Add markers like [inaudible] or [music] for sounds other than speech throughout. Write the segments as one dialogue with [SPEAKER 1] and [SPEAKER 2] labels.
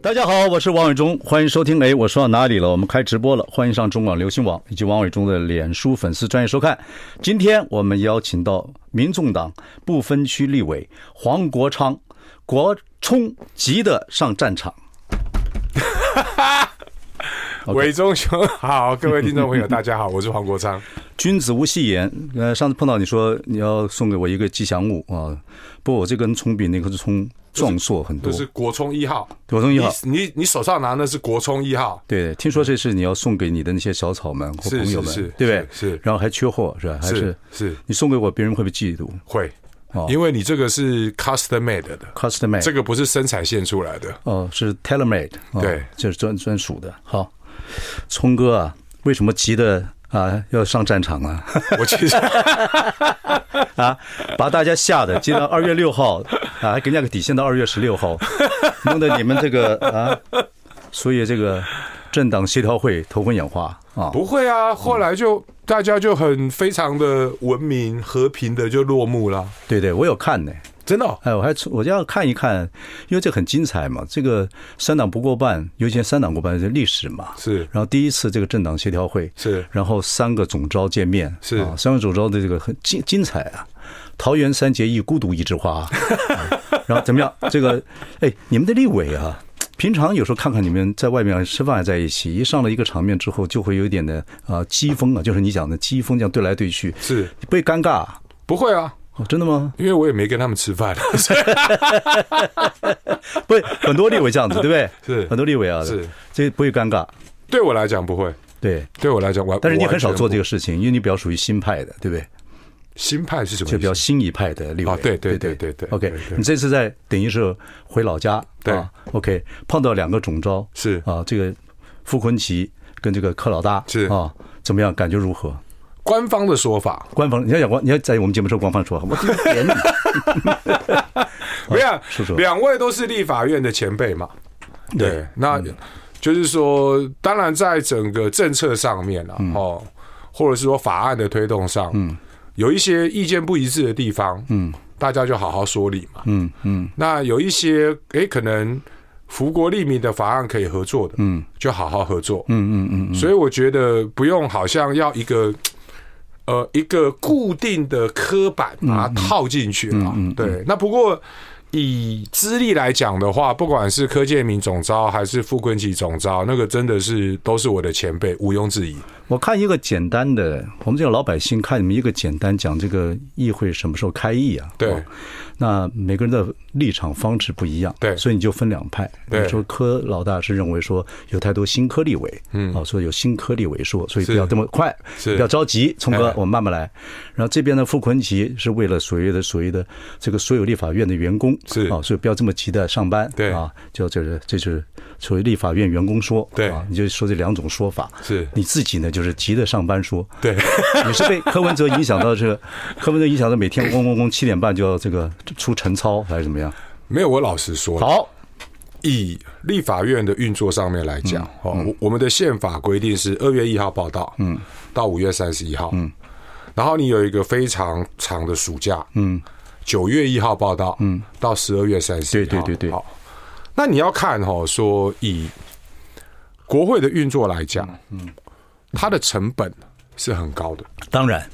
[SPEAKER 1] 大家好，我是王伟忠，欢迎收听。哎，我说到哪里了？我们开直播了，欢迎上中广流行网以及王伟忠的脸书粉丝专业收看。今天我们邀请到民众党不分区立委黄国昌，国冲急的上战场。
[SPEAKER 2] 伟忠兄好，各位听众朋友，大家好，我是黄国昌。
[SPEAKER 1] [laughs] 君子无戏言。呃，上次碰到你说你要送给我一个吉祥物啊，不过我这根葱比那根葱壮硕很
[SPEAKER 2] 这
[SPEAKER 1] 多。
[SPEAKER 2] 是国冲一号，
[SPEAKER 1] 国冲一号
[SPEAKER 2] 你你你手上拿的是国冲一号，
[SPEAKER 1] 对，听说这是你要送给你的那些小草们或
[SPEAKER 2] 是
[SPEAKER 1] 朋友
[SPEAKER 2] 是
[SPEAKER 1] 们，
[SPEAKER 2] 是
[SPEAKER 1] 对不对？
[SPEAKER 2] 是是
[SPEAKER 1] 然后还缺货是吧？还
[SPEAKER 2] 是
[SPEAKER 1] 是
[SPEAKER 2] 是
[SPEAKER 1] 你送给我，别人会不会嫉妒
[SPEAKER 2] 会
[SPEAKER 1] 哦，
[SPEAKER 2] 因为你这个是 custom made 的，
[SPEAKER 1] ？Custom made
[SPEAKER 2] 这个不是生产线出来的。 [laughs]
[SPEAKER 1] 哦，是 tailor made，、哦、
[SPEAKER 2] 对，
[SPEAKER 1] 这是专专属的。好，聪哥啊，为什么急的啊要上战场啊？
[SPEAKER 2] 我其实
[SPEAKER 1] 啊，把大家吓得，今到二月六号啊，还给人家个底线到二月十六号，弄得你们这个啊，所以这个政党协调会头昏眼花啊。
[SPEAKER 2] 不会啊，后来就大家就很非常的文明和平的就落幕了，
[SPEAKER 1] 对对，我有看呢，
[SPEAKER 2] 真的哦、
[SPEAKER 1] 哎，我还我就要看一看，因为这很精彩嘛。这个三党不过半，尤其三党过半是历史嘛。
[SPEAKER 2] 是
[SPEAKER 1] 然后第一次这个政党协调会
[SPEAKER 2] 是
[SPEAKER 1] 然后三个总召见面
[SPEAKER 2] 是
[SPEAKER 1] 啊，三个总召的这个很精精彩啊。桃园三结义，孤独一枝花、啊 [laughs] 然后怎么样？这个哎，你们的立委啊，平常有时候看看你们在外面吃饭还在一起，一上了一个场面之后，就会有一点的啊、呃激风啊，就是你讲的激风，这样对来对去，
[SPEAKER 2] 是，
[SPEAKER 1] 不会尴尬、
[SPEAKER 2] 不会啊，
[SPEAKER 1] 哦，真的吗？
[SPEAKER 2] 因为我也没跟他们吃
[SPEAKER 1] [laughs]
[SPEAKER 2] 饭，所以
[SPEAKER 1] 不会，很多立委这样子，对不对？
[SPEAKER 2] [laughs] 是
[SPEAKER 1] 很多立委啊，
[SPEAKER 2] 是
[SPEAKER 1] 这不会尴尬，
[SPEAKER 2] 对我来讲不会，
[SPEAKER 1] 对。
[SPEAKER 2] 对我来讲我
[SPEAKER 1] 但是你很少做这
[SPEAKER 2] 个
[SPEAKER 1] 个事情，因为你比较属于新派的，对不对？
[SPEAKER 2] 新派是什么意
[SPEAKER 1] 就
[SPEAKER 2] 思？
[SPEAKER 1] 比较新一派的立委。
[SPEAKER 2] 啊对对
[SPEAKER 1] 对
[SPEAKER 2] 对对对
[SPEAKER 1] OK，
[SPEAKER 2] 对对
[SPEAKER 1] 你这次在等于是回老家，
[SPEAKER 2] 对
[SPEAKER 1] 啊 OK，碰到两个总招
[SPEAKER 2] 是
[SPEAKER 1] 啊，这个傅昆奇跟这个柯老大
[SPEAKER 2] 是
[SPEAKER 1] 啊，怎么样？感觉如何？
[SPEAKER 2] 官方的说法，
[SPEAKER 1] 官方，你要讲官，你要在我们节目说官方说，我 [laughs] 丢脸你。
[SPEAKER 2] 没有
[SPEAKER 1] 是说
[SPEAKER 2] 两位都是立法院的前辈嘛。
[SPEAKER 1] 对，
[SPEAKER 2] 那就是说，当然在整个政策上面啊，哦，或者是说法案的推动上，嗯，有一些意见不一致的地方，嗯，大家就好好说理嘛。
[SPEAKER 1] 嗯嗯，
[SPEAKER 2] 那有一些，诶，可能福国利民的法案可以合作的，嗯，就好好合作，嗯嗯嗯所以我觉得不用好像要一个。呃，一个固定的刻板把它套进去了。对，那不过以资历来讲的话，不管是柯建明总招还是傅昆奇总招，那个真的是都是我的前辈，毋庸置疑。
[SPEAKER 1] 我看一个简单的，我们这个老百姓看你们一个简单讲这个议会什么时候开议啊？
[SPEAKER 2] 对
[SPEAKER 1] 哦那每个人的立场方式不一样，
[SPEAKER 2] 对
[SPEAKER 1] 所以你就分两派。
[SPEAKER 2] 对
[SPEAKER 1] 你说柯老大是认为说有太多新科立委，嗯，啊，所以有新科立委说，所以不要这么快，
[SPEAKER 2] 是
[SPEAKER 1] 不要着急，聪哥
[SPEAKER 2] 哎，
[SPEAKER 1] 我们慢慢来。然后这边呢，傅昆奇是为了所谓的所谓的这个所有立法院的员工
[SPEAKER 2] 是
[SPEAKER 1] 啊，所以不要这么急的上班，
[SPEAKER 2] 对
[SPEAKER 1] 啊，就就是这就是所谓立法院员工说，
[SPEAKER 2] 对
[SPEAKER 1] 啊，你就说这两种说法，
[SPEAKER 2] 是
[SPEAKER 1] 你自己呢，就是急着上班说，
[SPEAKER 2] 对
[SPEAKER 1] [laughs] 你是被柯文哲影响到这个， [laughs] 柯文哲影响到每天嗡嗡嗡七点半就要这个出晨操还是怎么样？
[SPEAKER 2] 没有，我老实说，
[SPEAKER 1] 好，
[SPEAKER 2] 以立法院的运作上面来讲，哦，我我们的宪法规定是二月一号报道，嗯，到五月三十一号，嗯，然后你有一个非常长的暑假，嗯，九月一号报道，嗯，到十二月三十，
[SPEAKER 1] 对对对对
[SPEAKER 2] 好，那你要看哦，说以国会的运作来讲，嗯，它的成本是很高的，
[SPEAKER 1] 当然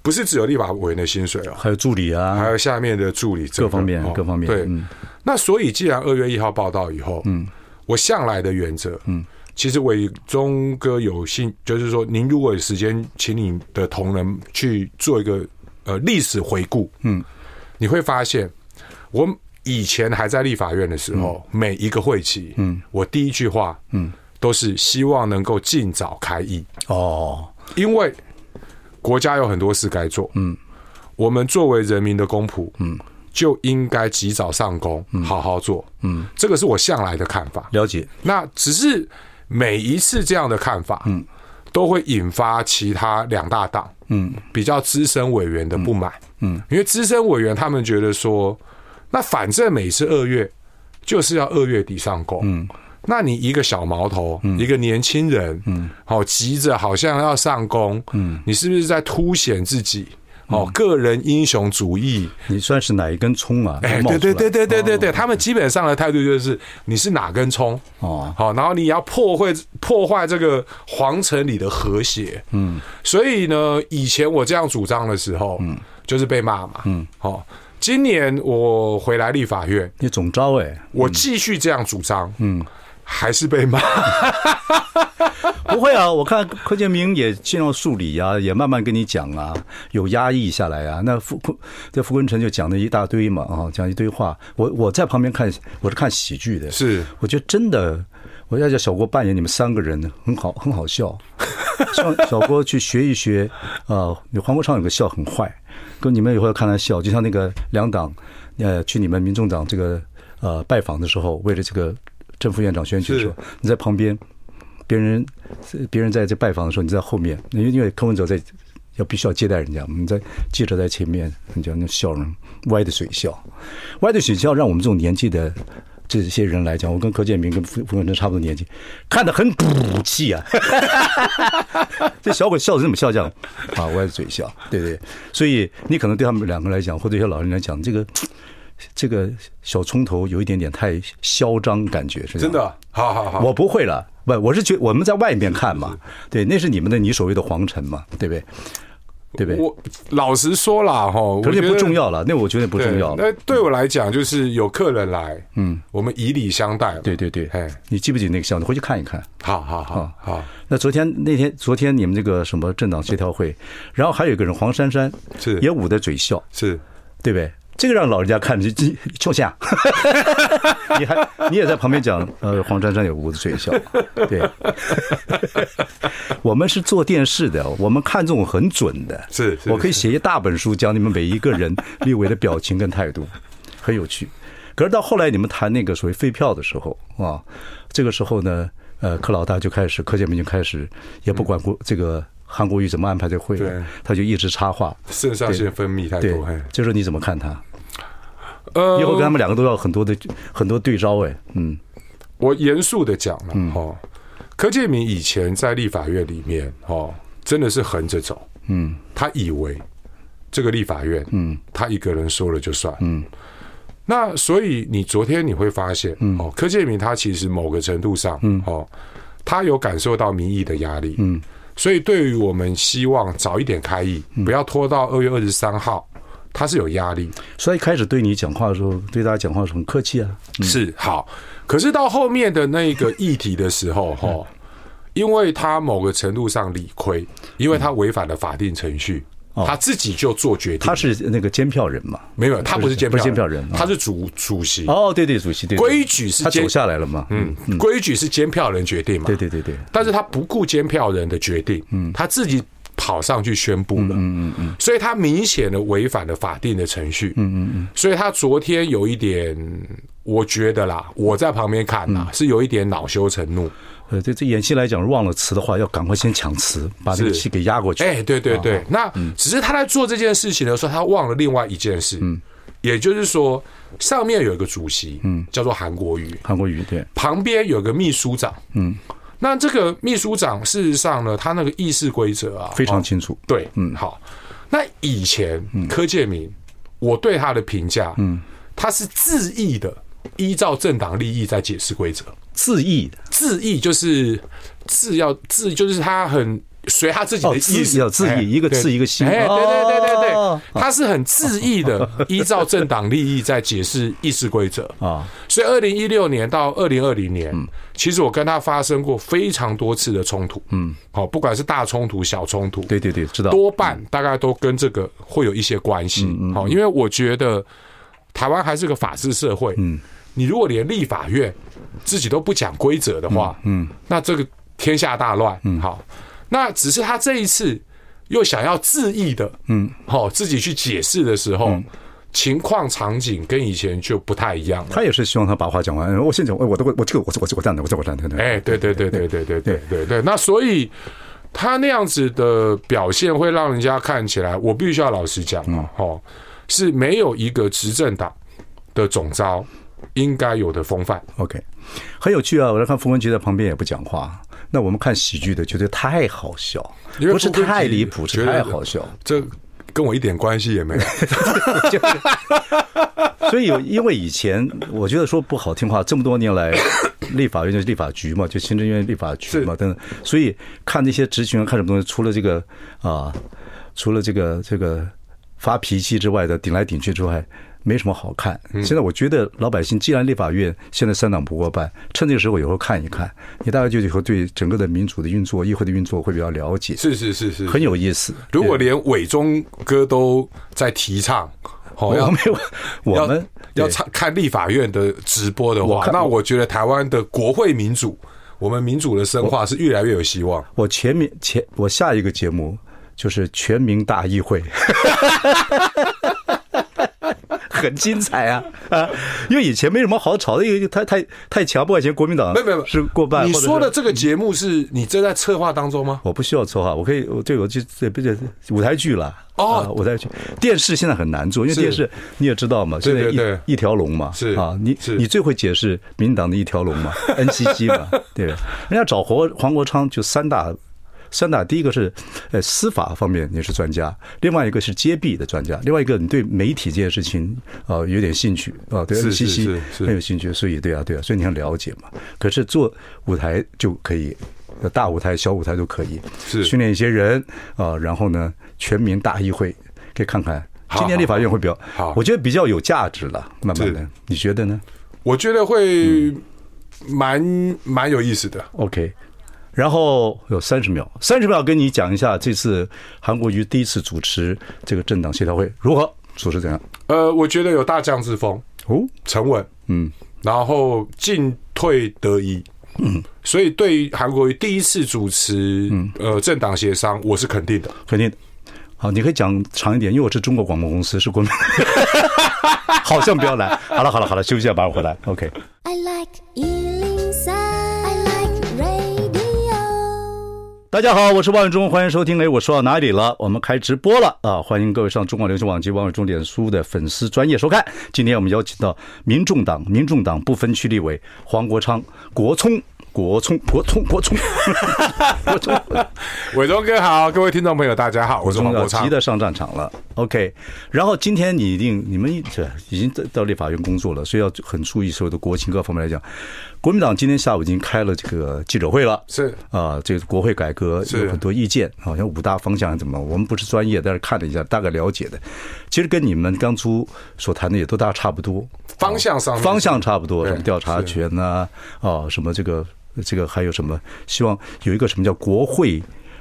[SPEAKER 2] 不是只有立法委员的薪水哦，
[SPEAKER 1] 还有助理啊
[SPEAKER 2] 还，有下面的助理整
[SPEAKER 1] 各
[SPEAKER 2] 个
[SPEAKER 1] 方面
[SPEAKER 2] 哦
[SPEAKER 1] 各方面，
[SPEAKER 2] 对，
[SPEAKER 1] 嗯
[SPEAKER 2] 那所以既然二月一号报道以后，嗯，我向来的原则，嗯，其实伟忠哥有幸，就是说您如果有时间，请你的同仁去做一个呃历史回顾，嗯，你会发现我以前还在立法院的时候，每一个会期，嗯，我第一句话，嗯，都是希望能够尽早开议，
[SPEAKER 1] 哦，
[SPEAKER 2] 因为国家有很多事该做，嗯，我们作为人民的公仆，嗯，就应该及早上工，好好做。嗯，这个是我向来的看法。
[SPEAKER 1] 了解，
[SPEAKER 2] 那只是每一次这样的看法，嗯，都会引发其他两大党，嗯，比较资深委员的不满，嗯，因为资深委员他们觉得说，那反正每次二月就是要二月底上工，嗯。那你一个小毛头，一个年轻人，嗯，好、急着好像要上工，嗯，你是不是在凸显自己？哦，个人英雄主义，
[SPEAKER 1] 你算是哪一根葱啊？
[SPEAKER 2] 哎，
[SPEAKER 1] 冒出
[SPEAKER 2] 对
[SPEAKER 1] 来
[SPEAKER 2] 对对对对对对，他们基本上的态度就是你是哪根葱
[SPEAKER 1] 哦，
[SPEAKER 2] 好，然后你要破坏破坏这个皇城里的和谐，嗯，所以呢，以前我这样主张的时候，嗯，就是被骂嘛，嗯，好，今年我回来立法院，
[SPEAKER 1] 你总招哎、
[SPEAKER 2] 我继续这样主张，嗯，还是被骂，
[SPEAKER 1] 啊不会啊，我看柯建明也进入数理啊，也慢慢跟你讲啊，有压抑下来啊。那傅坤这傅坤成就讲了一大堆嘛，啊，讲一堆话。我我在旁边看，我是看喜剧的，
[SPEAKER 2] 是
[SPEAKER 1] 我觉得真的，我要叫小郭扮演你们三个人，很好，很好笑。像小郭去学一学，啊，有黄国昌有个笑很坏，跟你们以后要看他笑，就像那个两党，呃，去你们民众党这个呃拜访的时候，为了这个正副院长选举的时候，你在旁边，别人呃别人在这拜访的时候，你在后面，因为因为柯文哲在要必须要接待人家，我们在记者在前面，你讲那笑容歪的水笑，歪的水笑让我们这种年纪的。这些人来讲，我跟柯建明跟傅傅文成差不多年纪，看得很赌气啊。这小鬼笑是怎么笑这样 [laughs] 啊？歪着嘴笑，对对。所以你可能对他们两个来讲，或对一些老人来讲，这个这个小冲头有一点点太嚣张，感觉是这样
[SPEAKER 2] [laughs] 真。的，好好好，
[SPEAKER 1] 我不会了，不，我是觉我们在外面看嘛，对，那是你们的你所谓的皇城嘛，对不对？对不对？
[SPEAKER 2] 我老实说啦，哈，我
[SPEAKER 1] 可是
[SPEAKER 2] 觉
[SPEAKER 1] 那
[SPEAKER 2] 得
[SPEAKER 1] 不重要了，那我觉得不
[SPEAKER 2] 对，
[SPEAKER 1] 重要了。
[SPEAKER 2] 那对我来讲，就是有客人来，嗯，我们以礼相待嘛，
[SPEAKER 1] 对对对
[SPEAKER 2] 哎，
[SPEAKER 1] 你记不记得那个项目？回去看一看。
[SPEAKER 2] 好好好好，
[SPEAKER 1] 那昨天那天昨天你们这个什么政党协调会，然后还有一个人黄珊珊
[SPEAKER 2] 是
[SPEAKER 1] 也捂着嘴笑，
[SPEAKER 2] 是。
[SPEAKER 1] 对不对？这个让老人家看着就就像， [laughs] 你还你也在旁边讲，呃，黄珊珊也捂着嘴笑，对， [laughs] 我们是做电视的，我们看这种很准的，
[SPEAKER 2] 是是
[SPEAKER 1] 我可以写一大本书讲你们每一个人 [laughs] 立委的表情跟态度，很有趣。可是到后来你们谈那个所谓废票的时候啊，这个时候呢，呃，柯老大就开始，柯建明就开始也不管国这个韩国瑜怎么安排这会了
[SPEAKER 2] 对，
[SPEAKER 1] 他就一直插话，
[SPEAKER 2] 肾上腺分泌太
[SPEAKER 1] 对
[SPEAKER 2] 多，嘿，
[SPEAKER 1] 这时候你怎么看他？以后跟他
[SPEAKER 2] 呃，
[SPEAKER 1] 们两个都要很多的很多对招哎，嗯，
[SPEAKER 2] 我严肃的讲了，哦，柯建明以前在立法院里面，哦，真的是横着走，嗯，他以为这个立法院，嗯，他一个人说了就算，嗯，那所以你昨天你会发现，哦，柯建明他其实某个程度上，嗯，哦，他有感受到民意的压力，嗯，所以对于我们希望早一点开议，不要拖到二月二十三号，他是有压力，
[SPEAKER 1] 所以一开始对你讲话的时候，对大家讲话的时候很客气啊，
[SPEAKER 2] 是好，可是到后面的那个议题的
[SPEAKER 1] [laughs]
[SPEAKER 2] 时候，哈，因为他某个程度上理亏，因为他违反了法定程序，他自己就做决定。
[SPEAKER 1] 哦他是那个监票人嘛，
[SPEAKER 2] 没有，他不是监
[SPEAKER 1] 不
[SPEAKER 2] 票
[SPEAKER 1] 是监票人啊
[SPEAKER 2] 他是主主席。
[SPEAKER 1] 哦，对对，主席，对对
[SPEAKER 2] 规矩是
[SPEAKER 1] 他
[SPEAKER 2] 监
[SPEAKER 1] 走下来了嘛，嗯，
[SPEAKER 2] 嗯，规矩是监票人决定嘛？
[SPEAKER 1] 对对对对，
[SPEAKER 2] 但是他不顾监票人的决定，嗯，他自己跑上去宣布了，嗯嗯嗯，所以他明显的违反了法定的程序，嗯嗯嗯，所以他昨天有一点，我觉得啦，我在旁边看
[SPEAKER 1] 嗯
[SPEAKER 2] 啦，是有一点恼羞成怒，
[SPEAKER 1] 呃，这这演戏来讲，忘了词的话，要赶快先抢词，把这个
[SPEAKER 2] 是
[SPEAKER 1] 戏给压过去，
[SPEAKER 2] 哎、对对对，那只是他在做这件事情的时候，他忘了另外一件事，嗯，也就是说，上面有一个主席，嗯，叫做韩国瑜，
[SPEAKER 1] 韩国瑜对，
[SPEAKER 2] 旁边有个秘书长，嗯。那这个秘书长，事实上呢，他那个议事规则啊，
[SPEAKER 1] 非常
[SPEAKER 2] 哦
[SPEAKER 1] 清楚，
[SPEAKER 2] 对，嗯，好。那以前柯建明，我对他的评价，嗯，他是自意的，依照政党利益在解释规则。
[SPEAKER 1] 自意
[SPEAKER 2] 自意就是自要自，就是他很随他自己的
[SPEAKER 1] 哦
[SPEAKER 2] 意
[SPEAKER 1] 自
[SPEAKER 2] 思，
[SPEAKER 1] 要自意
[SPEAKER 2] 哎
[SPEAKER 1] 一个
[SPEAKER 2] 对
[SPEAKER 1] 自一个心
[SPEAKER 2] 哎，对对对对对
[SPEAKER 1] 哦，
[SPEAKER 2] 他是很自意的，依照政党利益在解释议事
[SPEAKER 1] [laughs]
[SPEAKER 2] 规则。
[SPEAKER 1] 啊，
[SPEAKER 2] 所以，二零一六年到二零二零
[SPEAKER 1] 嗯
[SPEAKER 2] 年，其实我跟他发生过非常多次的冲突，嗯，好，不管是大冲突、小冲突，
[SPEAKER 1] 对对对，知道，
[SPEAKER 2] 多半大概都跟这个会有一些关系。好、因为我觉得台湾还是个法治社会，嗯，你如果连立法院自己都不讲规则的话，嗯，那这个天下大乱，嗯，好，那只是他这一次又想要自意的，嗯，好、自己去解释的时候。情况场景跟以前就不太一样了。
[SPEAKER 1] 他也是希望他把话讲完。哎我现在我我都我这个我这我这我站的我这我站的。
[SPEAKER 2] 哎，对对对对对对对对对，那所以他那样子的表现会让人家看起来，我必须要老实讲啊，哦，是没有一个执政党的总招应该有的风范。
[SPEAKER 1] OK，很有趣啊！我在看傅昆奇在旁边也不讲话。那我们看喜剧的，觉得太好笑，
[SPEAKER 2] 因为
[SPEAKER 1] 不是
[SPEAKER 2] 傅昆
[SPEAKER 1] 太
[SPEAKER 2] 奇
[SPEAKER 1] 离谱，是
[SPEAKER 2] 觉得
[SPEAKER 1] 太好笑。
[SPEAKER 2] 这跟我一点关系也没有。
[SPEAKER 1] [laughs] 所以有，因为以前我觉得说不好听话，这么多年来，立法院就是立法局嘛，就行政院立法局嘛，等等，所以看那些执行员看什么东西，除了这个啊，除了这个这个发脾气之外的顶来顶去之外。没什么好看。
[SPEAKER 2] 嗯
[SPEAKER 1] 现在我觉得老百姓，既然立法院现在三党不过半，趁这个时候有时候看一看，你大概就以后对整个的民主的运作、议会的运作会比较了解，
[SPEAKER 2] [laughs] 是是是是，
[SPEAKER 1] 很有意思。
[SPEAKER 2] 如果连伟忠哥都在提倡，哦，
[SPEAKER 1] 我
[SPEAKER 2] 要
[SPEAKER 1] 没有，我们
[SPEAKER 2] 要要看看立法院的直播的
[SPEAKER 1] 我
[SPEAKER 2] 话，
[SPEAKER 1] 看
[SPEAKER 2] 那我觉得台湾的国会民主，我们民主的深化是越来越有希望。
[SPEAKER 1] 我前面前我下一个节目就是全民大议
[SPEAKER 2] [laughs]
[SPEAKER 1] 会， [laughs] 很精彩啊啊！因为以前没什么好吵的，因为太太太强迫以前国民党
[SPEAKER 2] 没有没有，没有
[SPEAKER 1] 啊是过半，
[SPEAKER 2] 你
[SPEAKER 1] 或者是嗯
[SPEAKER 2] 说的这个节目是你正在策划当中吗？
[SPEAKER 1] 我不需要策划，我可以我对我就这不是舞台剧了
[SPEAKER 2] 哦
[SPEAKER 1] 啊舞台剧电视现在很难做，因为
[SPEAKER 2] 是
[SPEAKER 1] 电视你也知道嘛，
[SPEAKER 2] 对
[SPEAKER 1] 现在
[SPEAKER 2] 对
[SPEAKER 1] 一
[SPEAKER 2] 对
[SPEAKER 1] 一条龙嘛，
[SPEAKER 2] 是
[SPEAKER 1] 啊，你
[SPEAKER 2] 是
[SPEAKER 1] 你最会解释民进党的一条龙
[SPEAKER 2] [laughs]
[SPEAKER 1] 嘛，NCC 嘛，对吧？人家找黄黄国昌就三大。三大，第一个是，呃，司法方面你是专家，另外一个是揭弊的专家，另外一个你对媒体这件事情啊、呃有点兴趣啊、对
[SPEAKER 2] 是是
[SPEAKER 1] NCC
[SPEAKER 2] 是是
[SPEAKER 1] 很有兴趣，所以对啊对啊，所以你很了解嘛。可是做舞台就可以，呃大舞台、小舞台都可以，
[SPEAKER 2] 是
[SPEAKER 1] 训练一些人啊、然后呢，全民大议会可以看看。
[SPEAKER 2] 好
[SPEAKER 1] 今年立法院会比较，
[SPEAKER 2] 好
[SPEAKER 1] 我觉得比较有价值了。慢慢的
[SPEAKER 2] 是，
[SPEAKER 1] 你觉得呢
[SPEAKER 2] 我觉得会蛮蛮有意思的。
[SPEAKER 1] ？OK，然后有三十秒，三十秒跟你讲一下这次韩国瑜第一次主持这个政党协调会如何主持怎样？
[SPEAKER 2] 呃，我觉得有大将之风，
[SPEAKER 1] 哦，
[SPEAKER 2] 沉稳，
[SPEAKER 1] 嗯，
[SPEAKER 2] 然后进退得宜。嗯，所以对于韩国瑜第一次主持，
[SPEAKER 1] 嗯
[SPEAKER 2] 呃，政党协商，我是肯定的。
[SPEAKER 1] 肯定。好，你可以讲长一点，因为我是中国广播公司，是国民。好像不要来。好了，好了，好了，休息一下，马上回来。OK。
[SPEAKER 3] I like Ealing Sound. I like radio.
[SPEAKER 1] 大家好，我是王永忠，欢迎收听。哎，我说到哪里了？我们开直播了啊！欢迎各位上中广流行网及王永忠脸书的粉丝专业收看。今天我们邀请到民众党民众党不分区立委黄国昌、国聪、国聪、国聪、国聪、国聪，
[SPEAKER 2] 伟忠哥好，各位听众朋友大家好，我是黄
[SPEAKER 1] 要
[SPEAKER 2] 国昌
[SPEAKER 1] 急。的上战场了。OK，然后今天你一定你们这已经到立法院工作了，所以要很注意所有的国情各方面来讲。国民党今天下午已经开了这个记者会了，
[SPEAKER 2] 是
[SPEAKER 1] 啊，这个国会改革
[SPEAKER 2] 是
[SPEAKER 1] 有很多意见，好像五大方向怎么，我们不是专业，但是看了一下，大概了解的，其实跟你们当初所谈的也都大差不多，
[SPEAKER 2] 方向上面
[SPEAKER 1] 方向差不多，
[SPEAKER 2] 对
[SPEAKER 1] 什么调查权呐、啊，什么这个这个还有什么，希望有一个什么叫国会。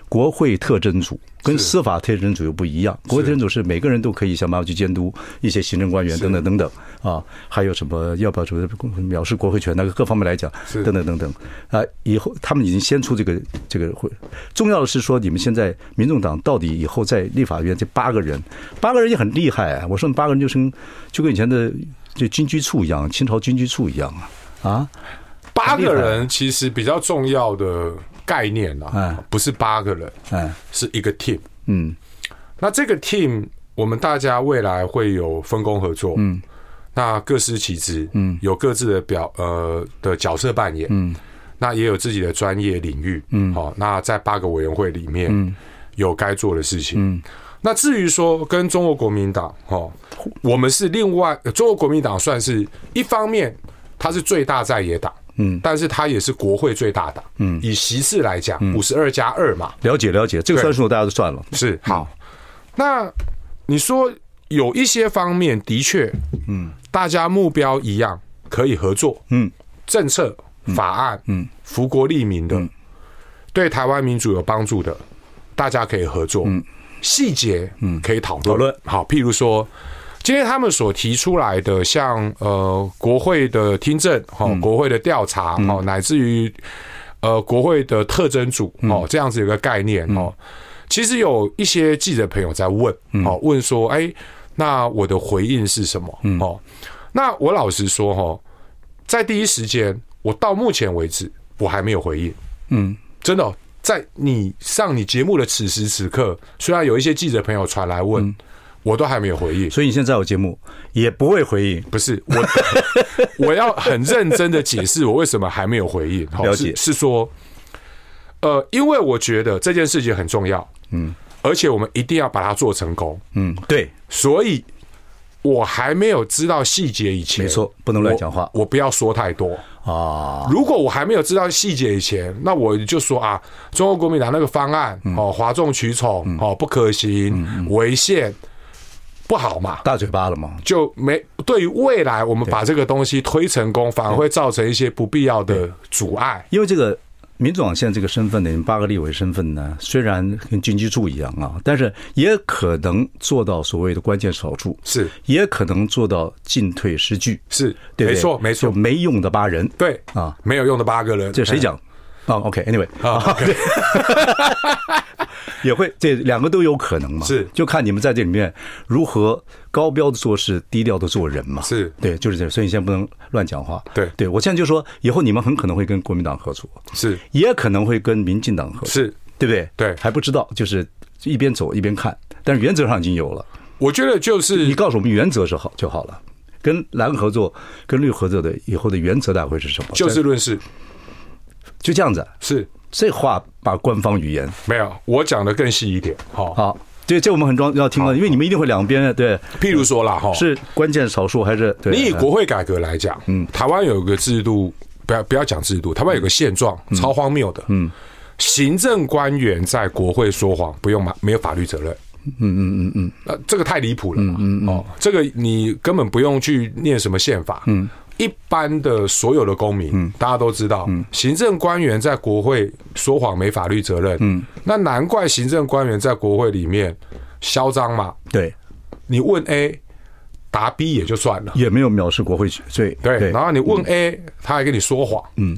[SPEAKER 1] 国会特征组跟
[SPEAKER 2] 是
[SPEAKER 1] 司法特征组又不一样，国会特征组是每个人都可以想办法去监督一些行政官员等等等等啊，还有什么要不要什么藐视国会权，那啊个各方面来讲，
[SPEAKER 2] 是
[SPEAKER 1] 等等等等啊，以后他们已经先出这个这个会，重要的是说你们现在民众党到底以后在立法院这八个人，八个人也很厉害啊，我说你八个人就是跟就跟以前的就军机处一样，清朝军机处一样啊啊，
[SPEAKER 2] 八个人其实比较重要的概念啊
[SPEAKER 1] 嗯，
[SPEAKER 2] 不是八个人，
[SPEAKER 1] 哎
[SPEAKER 2] 是一个 team。
[SPEAKER 1] 嗯
[SPEAKER 2] 那这个 team 我们大家未来会有分工合作，嗯，那各司其职，嗯，有各自的表呃的角色扮演，嗯，那也有自己的专业领域，嗯，好、那在八个委员会里面，有该做的事情，嗯。那至于说跟中国国民党，哦，我们是另外呃中国国民党算是一方面，它是最大在野党，嗯，但是它也是国会最大党，嗯，以席次来讲，五十二加二嘛，
[SPEAKER 1] 了解了解，这个算数大家都算了，
[SPEAKER 2] 是好。那你说有一些方面的确，嗯，大家目标一样，可以合作，
[SPEAKER 1] 嗯，
[SPEAKER 2] 政策、法案，嗯，福国利民的，对台湾民主有帮助的，大家可以合作，嗯，细节，嗯，可以讨论。
[SPEAKER 1] 讨论
[SPEAKER 2] 好，譬如说。今天他们所提出来的，像呃国会的听证，哈、哦，国会的调查，哈、哦，乃至于呃国会的特征组，哦，这样子有嗯个概念，哦，其实有一些记者朋友在问，哦，问说，哎，那我的回应是什么？哦，那我老实说哈、哦，在第一时间，我到目前为止我还没有回应。
[SPEAKER 1] 嗯，
[SPEAKER 2] 真的哦、在你上你节目的此时此刻，虽然有一些记者朋友传来问，我都还没有回应。
[SPEAKER 1] 所以你现在在我节目也不会回应，
[SPEAKER 2] 不是我，我要很认真的解释我为什么还没有回应。好
[SPEAKER 1] 了解
[SPEAKER 2] 是是说，呃，因为我觉得这件事情很重要，嗯，而且我们一定要把它做成功，
[SPEAKER 1] 嗯，对，
[SPEAKER 2] 所以我还没有知道细节以前，
[SPEAKER 1] 没错不能乱讲话
[SPEAKER 2] 我，我不要说太多。
[SPEAKER 1] 啊，
[SPEAKER 2] 如果我还没有知道细节以前，那我就说啊，中国国民党那个方案、
[SPEAKER 1] 嗯
[SPEAKER 2] 哦，哗众取宠、哦，不可行、违宪，不好嘛。
[SPEAKER 1] 大嘴巴了嘛，
[SPEAKER 2] 就没对于未来，我们把这个东西推成功，反而会造成一些不必要的阻碍。
[SPEAKER 1] 因为这个民主党现在这个身份呢，你们八个立委身份呢，虽然跟军机处一样啊，但是也可能做到所谓的关键少数，
[SPEAKER 2] 是
[SPEAKER 1] 也可能做到进退失据，
[SPEAKER 2] 是，
[SPEAKER 1] 对不对
[SPEAKER 2] 没错，没错
[SPEAKER 1] 就，没用的八人，
[SPEAKER 2] 对
[SPEAKER 1] 啊，
[SPEAKER 2] 没有用的八个人，
[SPEAKER 1] 这谁讲？啊，OK，Anyway，啊， [laughs] 对，也会这两个都有可能嘛，
[SPEAKER 2] 是
[SPEAKER 1] 就看你们在这里面如何高标的做事，低调的做人嘛，
[SPEAKER 2] 是
[SPEAKER 1] 对，就是这样，所以你现在不能乱讲话，
[SPEAKER 2] 对
[SPEAKER 1] 对我现在就说，以后你们很可能会跟国民党合作，
[SPEAKER 2] 哎是
[SPEAKER 1] 也可能会跟民进党合作，
[SPEAKER 2] 是，
[SPEAKER 1] 对不对？
[SPEAKER 2] 对
[SPEAKER 1] 还不知道，就是一边走一边看，但是原则上已经有了，
[SPEAKER 2] 我觉得就是
[SPEAKER 1] 你告诉我们原则是好就好了。跟蓝合作、跟绿合作的以后的原则大概会是什么？
[SPEAKER 2] 就事论事，
[SPEAKER 1] 就这样子，啊
[SPEAKER 2] 是
[SPEAKER 1] 这话把官方语言
[SPEAKER 2] 没有我讲的更细一点。好，
[SPEAKER 1] 好，这这我们很重要听到，因为你们一定会两边对，
[SPEAKER 2] 譬如说啦，哈，
[SPEAKER 1] 是关键少数还是对？
[SPEAKER 2] 你以国会改革来讲，啊嗯，台湾有个制度，不要不要讲制度，台湾有个现状，超荒谬的，嗯，行政官员在国会说谎，不用嘛，没有法律责任。嗯嗯嗯嗯，呃，这个太离谱了嘛！哦，这个你根本不用去念什么宪法。嗯，一般的所有的公民，大家都知道，行政官员在国会说谎没法律责任。嗯，那难怪行政官员在国会里面嚣张嘛！
[SPEAKER 1] 对，
[SPEAKER 2] 你问 A，答 B 也就算了。
[SPEAKER 1] 也没有藐视国会罪，
[SPEAKER 2] 对，然后你问 A，、他还跟你说谎，嗯，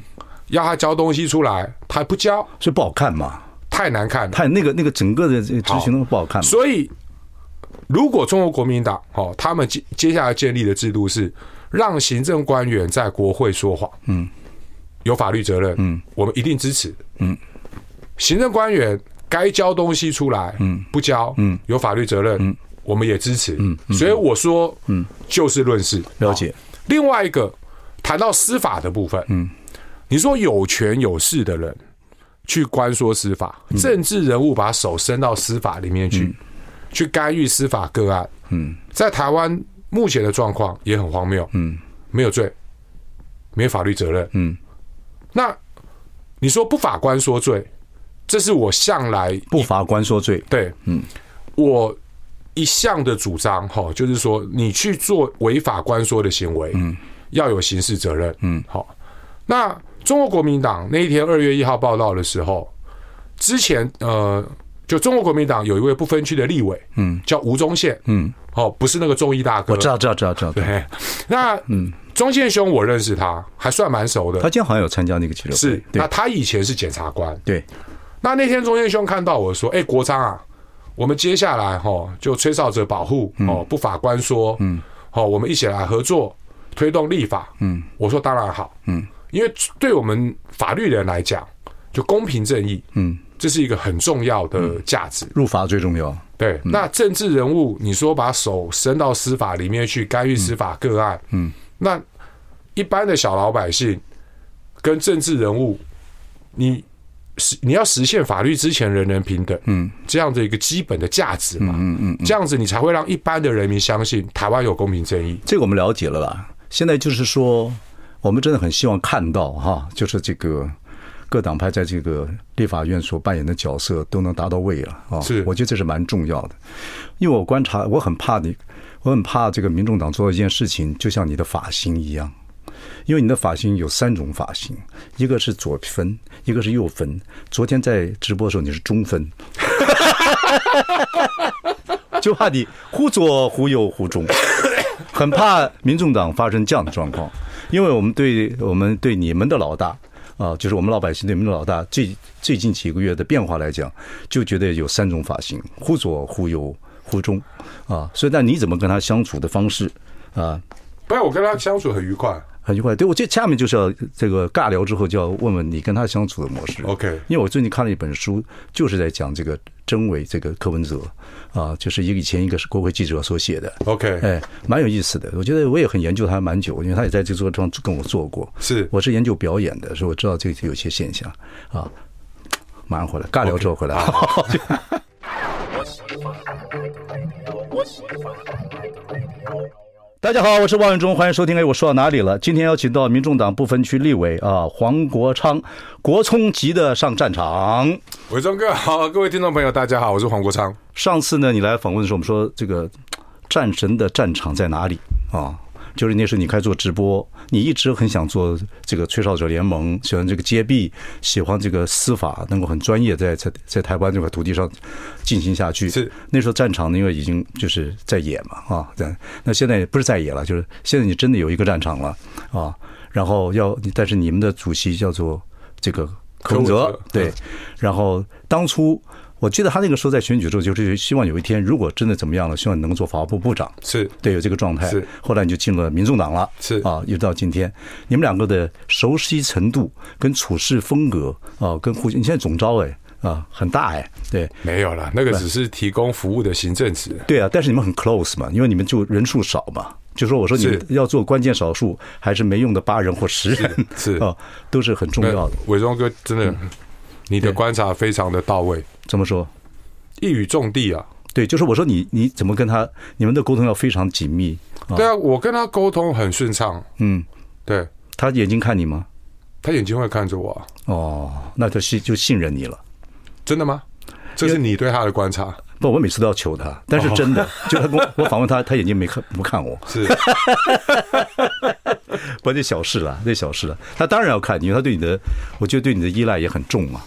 [SPEAKER 2] 要他交东西出来，他不交，
[SPEAKER 1] 所以不好看嘛，
[SPEAKER 2] 太难看了。
[SPEAKER 1] 太那个那个整个的这呃个执行都不好看嘛，
[SPEAKER 2] 所以，如果中国国民党哦，他们接接下来建立的制度是让行政官员在国会说谎，嗯，有法律责任，嗯，我们一定支持，嗯，行政官员该交东西出来，嗯，不交，嗯，有法律责任，嗯，我们也支持，嗯，所以我说，嗯，就事论事，
[SPEAKER 1] 了解
[SPEAKER 2] 好。另外一个谈到司法的部分，嗯，你说有权有势的人去关说司法，政治人物把手伸到司法里面去，去干预司法个案，嗯，在台湾目前的状况也很荒谬，嗯，没有罪，没有法律责任，
[SPEAKER 1] 嗯，
[SPEAKER 2] 那你说不法官说罪，这是我向来
[SPEAKER 1] 不法官说罪，
[SPEAKER 2] 对，嗯，我一向的主张哈，就是说你去做违法官说的行为，嗯，要有刑事责任，嗯，好。那中国国民党那一天二月一号报道的时候，之前呃，就中国国民党有一位不分区的立委，嗯，叫吴宗宪，嗯，哦，不是那个中医大哥，
[SPEAKER 1] 我知道知道知道知道，
[SPEAKER 2] 对。 [laughs] 那嗯，宗宪兄我认识他，还算蛮熟的
[SPEAKER 1] 他，今天好像有参加那个记者会，
[SPEAKER 2] 是。
[SPEAKER 1] 对
[SPEAKER 2] 那他以前是检察官，
[SPEAKER 1] 对，
[SPEAKER 2] 那那天钟彦兄看到我说：“哎、国昌啊，我们接下来哈、哦、就吹哨者保护哦，不法官说，嗯，哦，我们一起来合作推动立法，嗯，我说当然好，嗯，因为对我们法律人来讲，就公平正义，嗯，这是一个很重要的价值。
[SPEAKER 1] 入法最重要，
[SPEAKER 2] 对，那政治人物，你说把手伸到司法里面去干预司法个案，嗯，那一般的小老百姓跟政治人物，你实你要实现法律之前人人平等，嗯，这样的一个基本的价值嘛，嗯嗯，这样子你才会让一般的人民相信台湾有公平正义，
[SPEAKER 1] 这个我们了解了啦。现在就是说，我们真的很希望看到哈，就是这个各党派在这个立法院所扮演的角色都能达到位了啊。
[SPEAKER 2] 是
[SPEAKER 1] 我觉得这是蛮重要的，因为我观察，我很怕你，我很怕这个民众党做一件事情，就像你的发型一样。因为你的发型有三种发型，一个是左分，一个是右分。昨天在直播的时候你是中分，就怕你忽左忽右忽中，很怕民众党发生这样的状况，因为我们对我们对你们的老大啊，就是我们老百姓对你们的老大最最近几个月的变化来讲，就觉得有三种发型，忽左忽右。苦衷啊。所以，那你怎么跟他相处的方式啊？
[SPEAKER 2] 不然我跟他相处很愉快。
[SPEAKER 1] 很愉快。对我这下面就是要这个尬聊之后，就要问问你跟他相处的模式。
[SPEAKER 2] OK
[SPEAKER 1] 因为我最近看了一本书，就是在讲这个真伪，这个柯文哲啊，就是一个以前一个是国会记者所写的。
[SPEAKER 2] OK
[SPEAKER 1] 哎，蛮有意思的。我觉得我也很研究他蛮久，因为他也在这个地方跟我做过。
[SPEAKER 2] 是
[SPEAKER 1] 我是研究表演的，所以我知道这个有些现象啊。马上回来，尬聊之后回来。啊 [laughs] 大家好，我是王永忠，欢迎收听。哎，我说到哪里了？今天邀请到民众党不分区立委啊黄国昌，国聪级的上战场。
[SPEAKER 2] 伟忠哥好，各位听众朋友，大家好，我是黄国昌。
[SPEAKER 1] 上次呢，你来访问的时候，我们说这个战神的战场在哪里啊？就是那时候你开始做直播，你一直很想做这个吹哨者联盟，喜欢这个揭弊，喜欢这个司法能够很专业在在在台湾这块土地上进行下去。
[SPEAKER 2] 是
[SPEAKER 1] 那时候战场呢，因为已经就是在野嘛啊，在那现在也不是在野了，就是现在你真的有一个战场了啊。然后要，但是你们的主席叫做这个柯文
[SPEAKER 2] 柯
[SPEAKER 1] 哲
[SPEAKER 2] 文哲，
[SPEAKER 1] 对，嗯然后当初我记得他那个时候在选举之后，就是希望有一天如果真的怎么样了，希望你能够做法务部部长，
[SPEAKER 2] 是
[SPEAKER 1] 对，有这个状态
[SPEAKER 2] 是。
[SPEAKER 1] 后来你就进了民众党了，
[SPEAKER 2] 是
[SPEAKER 1] 啊，一直到今天，你们两个的熟悉程度、跟处事风格啊，跟互你现在总招哎啊，很大哎，对。
[SPEAKER 2] 没有啦，那个只是提供服务的行政职。
[SPEAKER 1] 对啊，但是你们很 close 嘛，因为你们就人数少嘛，就说我说你们
[SPEAKER 2] 是
[SPEAKER 1] 要做关键少数，还是没用的八人或十人，
[SPEAKER 2] 是是
[SPEAKER 1] [laughs] 啊，都是很重要的。
[SPEAKER 2] 伟忠哥真的，
[SPEAKER 1] 嗯
[SPEAKER 2] 你的观察非常的到位，
[SPEAKER 1] 这么说，
[SPEAKER 2] 一语中的啊。
[SPEAKER 1] 对，就是我说你你怎么跟他，你们的沟通要非常紧密啊。
[SPEAKER 2] 对啊，我跟他沟通很顺畅，
[SPEAKER 1] 嗯，
[SPEAKER 2] 对
[SPEAKER 1] 他眼睛看你吗？
[SPEAKER 2] 他眼睛会看着我啊、
[SPEAKER 1] 哦，那就信就信任你了。
[SPEAKER 2] 真的吗？这是你对他的观察，
[SPEAKER 1] 不，我每次都要求他，但是真的，就他跟我我访问他，他眼睛没看不看我，
[SPEAKER 2] 是 [laughs]
[SPEAKER 1] 不这小事了，这小事了。他当然要看你，因为他对你的，我觉得对你的依赖也很重嘛，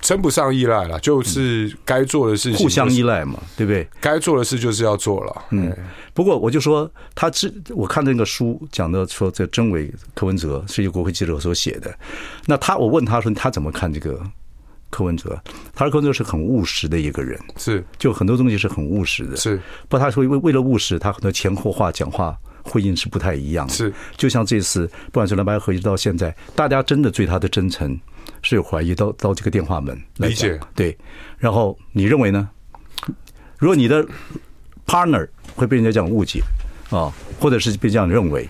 [SPEAKER 2] 称不上依赖啦，就是该做的事
[SPEAKER 1] 嗯
[SPEAKER 2] 情，
[SPEAKER 1] 互相依，赖嘛，对不对？
[SPEAKER 2] 该做的事就是要做了。嗯，
[SPEAKER 1] 不过我就说，他之我看那个书讲的说，这真伪柯文哲是一个国会记者所写的。那他我问他说他怎么看这个柯文哲？他说柯文哲是很务实的一个人，
[SPEAKER 2] 是
[SPEAKER 1] 就很多东西是很务实的。
[SPEAKER 2] 是，
[SPEAKER 1] 不，他会为为了务实，他很多前后话讲话回应是不太一样的。
[SPEAKER 2] 是，
[SPEAKER 1] 就像这次不管是蓝白合一直到现在，大家真的对他的真诚是有怀疑，到到这个电话门来
[SPEAKER 2] 理
[SPEAKER 1] 讲
[SPEAKER 2] 解
[SPEAKER 1] 对。然后你认为呢？如果你的 partner 会被人家这样误解啊，或者是被这样认为，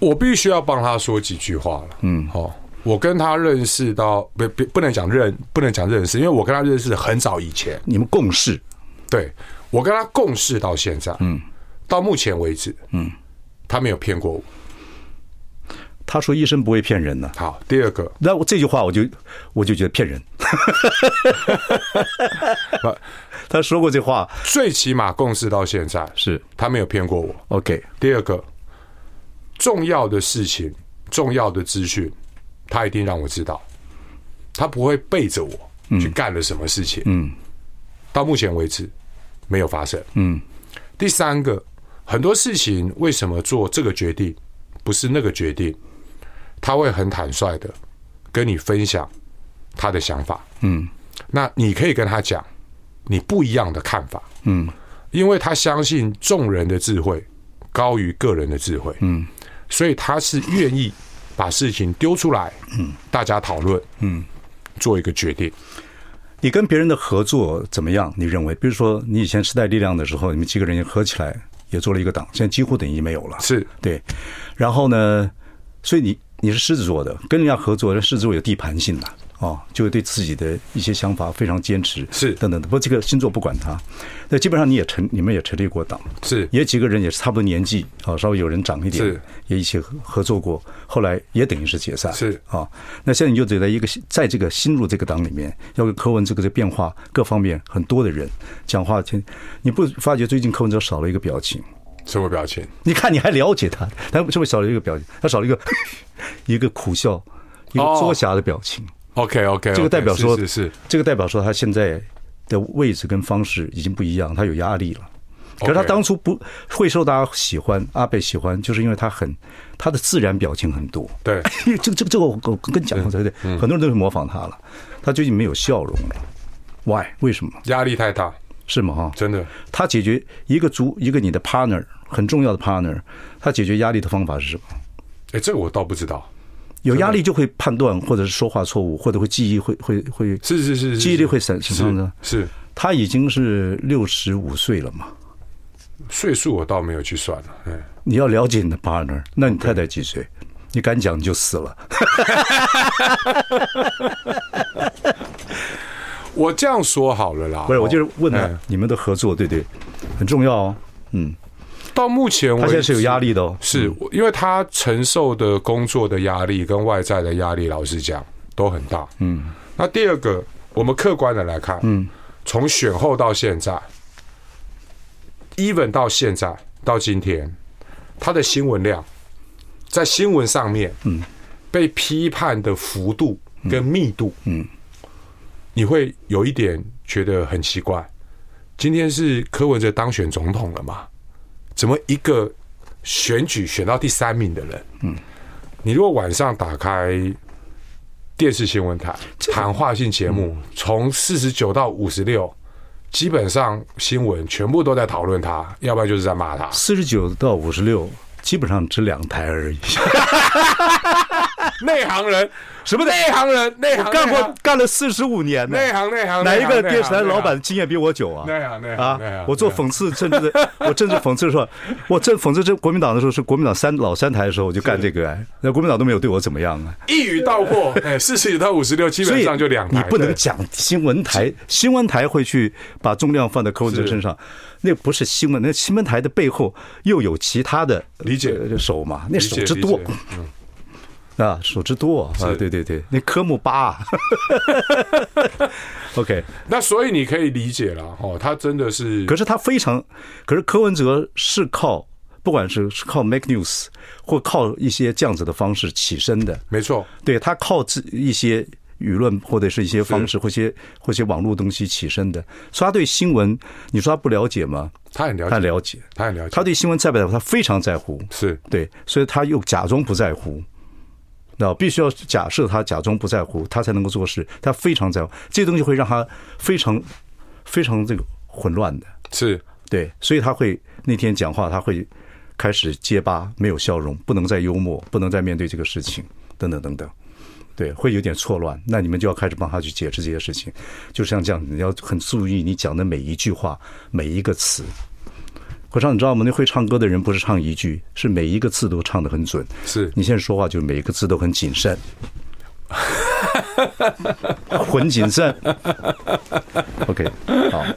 [SPEAKER 2] 我必须要帮他说几句话了。嗯，好、我跟他认识到不不不能讲认不能讲认识，因为我跟他认识的很早以前，
[SPEAKER 1] 你们共事
[SPEAKER 2] 对我跟他共事到现在，嗯，到目前为止，嗯，他没有骗过我。
[SPEAKER 1] 他说医生不会骗人呢、
[SPEAKER 2] 好，第二个，
[SPEAKER 1] 那我这句话我就我就觉得骗
[SPEAKER 2] [laughs]
[SPEAKER 1] 人。他说过这话
[SPEAKER 2] 最起码共事到现在，
[SPEAKER 1] 是
[SPEAKER 2] 他没有骗过我。
[SPEAKER 1] OK，
[SPEAKER 2] 第二个，重要的事情、重要的资讯，他一定让我知道，他不会背着我去干了什么事情。嗯，到目前为止没有发生。嗯，第三个，很多事情为什么做这个决定，不是那个决定，他会很坦率的跟你分享他的想法。嗯，那你可以跟他讲你不一样的看法。嗯，因为他相信众人的智慧。高于个人的智慧，嗯，所以他是愿意把事情丢出来，嗯，大家讨论，嗯，做一个决定。
[SPEAKER 1] 你跟别人的合作怎么样？你认为，比如说你以前时代力量的时候，你们几个人也合起来也做了一个党，现在几乎等于没有了。
[SPEAKER 2] 是
[SPEAKER 1] 对，然后呢，所以你你是狮子座的，跟人家合作，人狮子座有地盘性的哦，就对自己的一些想法非常坚持，
[SPEAKER 2] 是
[SPEAKER 1] 等等的。不过这个星座不管它，那基本上你也成，你们也成立过党，
[SPEAKER 2] 是
[SPEAKER 1] 也几个人也是差不多年纪啊、稍微有人长一点，
[SPEAKER 2] 是
[SPEAKER 1] 也一起合合作过，后来也等于是解散，
[SPEAKER 2] 是
[SPEAKER 1] 啊、那现在你就得在一个新在这个新入这个党里面，要跟柯文这个这变化各方面很多的人讲话，前你不发觉最近柯文哲少了一个表情？
[SPEAKER 2] 什么表情？
[SPEAKER 1] 你看你还了解他，他是不是少了一个表情？他少了一个 [laughs] 一个苦笑，一个
[SPEAKER 2] 哦
[SPEAKER 1] 作假的表情。
[SPEAKER 2] OK OK，
[SPEAKER 1] 这个代表说
[SPEAKER 2] 是是，
[SPEAKER 1] 这个代表说他现在的位置跟方式已经不一样，他有压力了。可是他
[SPEAKER 2] OK
[SPEAKER 1] 当初不会受大家喜欢，阿贝喜欢，就是因为他很他的自然表情很多。
[SPEAKER 2] 对嗯
[SPEAKER 1] 因为这个这个这个我我跟你讲过，对不对？很多人都是模仿他了，他最近没有笑容了。Why？为什么？
[SPEAKER 2] 压力太大，
[SPEAKER 1] 是吗？哈，
[SPEAKER 2] 真的
[SPEAKER 1] 他解决一个族一个你的 partner 很重要的 partner，他解决压力的方法是什么？
[SPEAKER 2] 哎，这个我倒不知道。
[SPEAKER 1] 有压力就会判断，或者是说话错误，或者会记忆会会会
[SPEAKER 2] 是是是，是
[SPEAKER 1] 记忆力会
[SPEAKER 2] 是
[SPEAKER 1] 损损伤的。
[SPEAKER 2] 是
[SPEAKER 1] 他已经是六十五岁了嘛，
[SPEAKER 2] 岁数我倒没有去算了，哎，
[SPEAKER 1] 你要了解你的 partner，那你太太几岁？你敢讲你就死了。
[SPEAKER 2] 我这样说好了啦。
[SPEAKER 1] 不是，我就是问
[SPEAKER 2] 哎
[SPEAKER 1] 他，你们的合作对不对，很重要哦。
[SPEAKER 2] 到目前为
[SPEAKER 1] 他
[SPEAKER 2] 止，
[SPEAKER 1] 现在是有压力的哦。
[SPEAKER 2] 是我因为他承受的工作的压力跟外在的压力，老实讲都很大。嗯，那第二个，我们客观的来看，嗯，从选后到现在，even 到现在到今天，他的新闻量在新闻上面，嗯，被批判的幅度跟密度，嗯，你会有一点觉得很奇怪。今天是柯文哲当选总统了嘛？怎么一个选举选到第三名的人，嗯，你如果晚上打开电视新闻台谈话性节目，
[SPEAKER 1] 嗯
[SPEAKER 2] 从四十九到五十六，基本上新闻全部都在讨论他，要不然就是在骂他。
[SPEAKER 1] 四十九到五十六，基本上只两台而
[SPEAKER 2] [laughs]
[SPEAKER 1] 已。
[SPEAKER 2] 内行人什么内行人？内行
[SPEAKER 1] 干
[SPEAKER 2] 内
[SPEAKER 1] 过
[SPEAKER 2] 行
[SPEAKER 1] 干了四十五年呢。
[SPEAKER 2] 内行内行，
[SPEAKER 1] 哪一个
[SPEAKER 2] 内行
[SPEAKER 1] 电视台老板？经验比我久啊？
[SPEAKER 2] 内行内行内
[SPEAKER 1] 啊
[SPEAKER 2] 行！
[SPEAKER 1] 我做讽刺政治
[SPEAKER 2] [laughs]
[SPEAKER 1] 的，我政治讽刺的时候，我正讽刺这国民党的时候是国民党三老三台的时候，我就干这个哎，那国民党都没有对我怎么样啊。
[SPEAKER 2] 一语道破，哎，四十九到五十六，基
[SPEAKER 1] 所
[SPEAKER 2] 本
[SPEAKER 1] 以
[SPEAKER 2] 上就两台。
[SPEAKER 1] 你不能
[SPEAKER 2] 对
[SPEAKER 1] 讲新闻台，新闻台会去把重量放在柯文哲身上，那不是新闻，那新闻台的背后又有其他的
[SPEAKER 2] 理解
[SPEAKER 1] 呃手嘛，那
[SPEAKER 2] 理
[SPEAKER 1] 手
[SPEAKER 2] 解
[SPEAKER 1] 之
[SPEAKER 2] 理
[SPEAKER 1] 多
[SPEAKER 2] 解嗯
[SPEAKER 1] 啊，手之多啊，对对对，那科目八 [laughs] 啊，OK，
[SPEAKER 2] 那所以你可以理解了哦，他真的是
[SPEAKER 1] 可是他非常，可是柯文哲是靠。不管是是靠 Make News 或靠一些这样子的方式起身的，
[SPEAKER 2] 没错，
[SPEAKER 1] 对他靠自一些舆论或者是一些方式或一些或一些网络东西起身的，所以他对新闻，你说他不了解吗？
[SPEAKER 2] 他很了
[SPEAKER 1] 他
[SPEAKER 2] 解，
[SPEAKER 1] 了解，
[SPEAKER 2] 他很了解，
[SPEAKER 1] 他对新闻在不在乎？他非常在乎，
[SPEAKER 2] 是
[SPEAKER 1] 对，所以他又假装不在乎。那必须要假设他假装不在乎，他才能够做事。他非常在乎，这东西会让他非常非常这个混乱的。
[SPEAKER 2] 是
[SPEAKER 1] 对，所以他会那天讲话，他会开始结巴，没有笑容，不能再幽默，不能再面对这个事情，等等等等。对，会有点错乱，那你们就要开始帮他去解释这些事情。就像这样，你要很注意你讲的每一句话，每一个词。会唱你知道吗？那会唱歌的人不是唱一句，是每一个字都唱得很准。
[SPEAKER 2] 是
[SPEAKER 1] 你现在说话就每一个字都很谨慎，很谨慎。OK，好。 [laughs]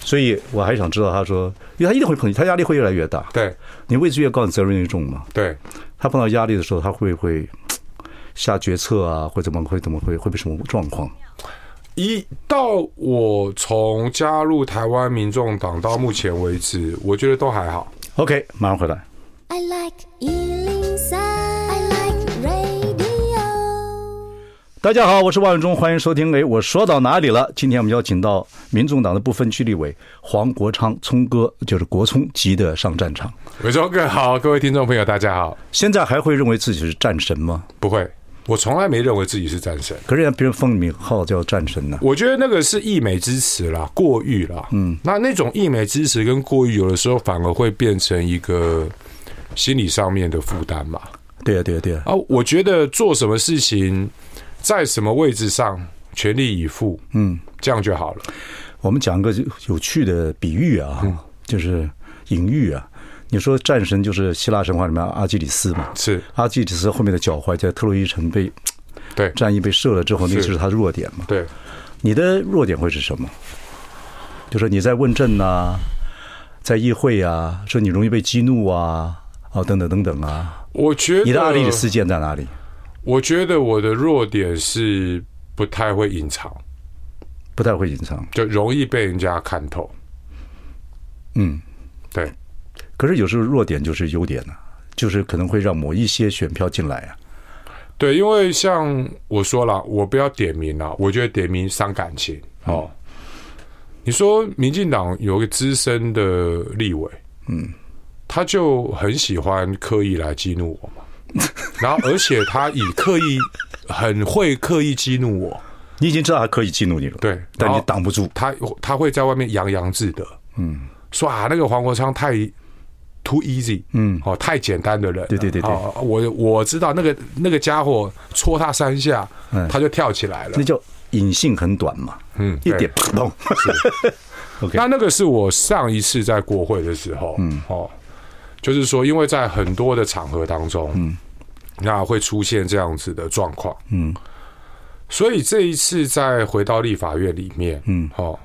[SPEAKER 1] 所以我还想知道，他说，因为他一定会碰，他压力会越来越大。
[SPEAKER 2] 对
[SPEAKER 1] 你位置越高，你责任越重嘛。
[SPEAKER 2] 对，
[SPEAKER 1] 他碰到压力的时候，他会不会下决策啊，或怎么会怎么会会被什么状况？
[SPEAKER 2] 一到我从加入台湾民众党到目前为止，我觉得都还好。
[SPEAKER 1] OK，马上回来。
[SPEAKER 3] I like Ealing Sound. I like radio.
[SPEAKER 1] 大家好，我是万永忠，欢迎收听。哎，我说到哪里了？今天我们邀请到民众党的不分区立委黄国昌聪哥，就是国聪级的上战场。
[SPEAKER 2] 伟忠哥好，各位听众朋友大家好。
[SPEAKER 1] 现在还会认为自己是战神吗？
[SPEAKER 2] 不会，我从来没认为自己是战神。
[SPEAKER 1] 可是人家别人封你名号叫战神呢、
[SPEAKER 2] 我觉得那个是溢美之词啦，过誉啦。嗯，那那种溢美之词跟过誉，有的时候反而会变成一个心理上面的负担嘛。
[SPEAKER 1] 对呀、对呀、对呀、
[SPEAKER 2] 啊，我觉得做什么事情，在什么位置上，全力以赴，嗯，这样就好了。
[SPEAKER 1] 我们讲个有趣的比喻啊，
[SPEAKER 2] 嗯
[SPEAKER 1] 就是隐喻啊。你说战神就是希腊神话里面阿基里斯嘛？
[SPEAKER 2] 是
[SPEAKER 1] 阿基里斯后面的脚踝在特洛伊城被
[SPEAKER 2] 对，
[SPEAKER 1] 战役被射了之后，那个
[SPEAKER 2] 是
[SPEAKER 1] 就是他的弱点嘛。
[SPEAKER 2] 对，
[SPEAKER 1] 你的弱点会是什么？就说你在问政啊，在议会啊，说你容易被激怒啊，哦等等等等啊。
[SPEAKER 2] 我觉得
[SPEAKER 1] 你的阿基里斯腱在哪里？
[SPEAKER 2] 我觉得我的弱点是不太会隐藏，
[SPEAKER 1] 不太会隐藏。
[SPEAKER 2] 就容易被人家看透。
[SPEAKER 1] 嗯，
[SPEAKER 2] 对，
[SPEAKER 1] 可是有时候弱点就是优点呢、啊就是可能会让某一些选票进来啊。
[SPEAKER 2] 对，因为像我说了，我不要点名啦，我觉得点名伤感情哦。你说民进党有个资深的立委，嗯，他就很喜欢刻意来激怒我嘛，然后而且他以刻意很会刻意激怒我，
[SPEAKER 1] 你已经知道他可以激怒你了，
[SPEAKER 2] 对
[SPEAKER 1] 但你
[SPEAKER 2] 然后
[SPEAKER 1] 挡不住，
[SPEAKER 2] 他他会在外面洋洋自得，嗯，说啊那个黄国昌太 too easy，嗯，哦太简单的人了，
[SPEAKER 1] 对对对对
[SPEAKER 2] 哦我我知道那个那个家伙戳他三下，
[SPEAKER 1] 嗯
[SPEAKER 2] 他就跳起来了
[SPEAKER 1] 那，叫隐性很短嘛，
[SPEAKER 2] 嗯，
[SPEAKER 1] 一
[SPEAKER 2] 对
[SPEAKER 1] 点不动。对
[SPEAKER 2] 那那个是我上一次在国会的时候，嗯，哦，就是说，因为在很多的场合当中，嗯，那会出现这样子的状况，嗯，所以这一次再回到立法院里面，嗯，哦，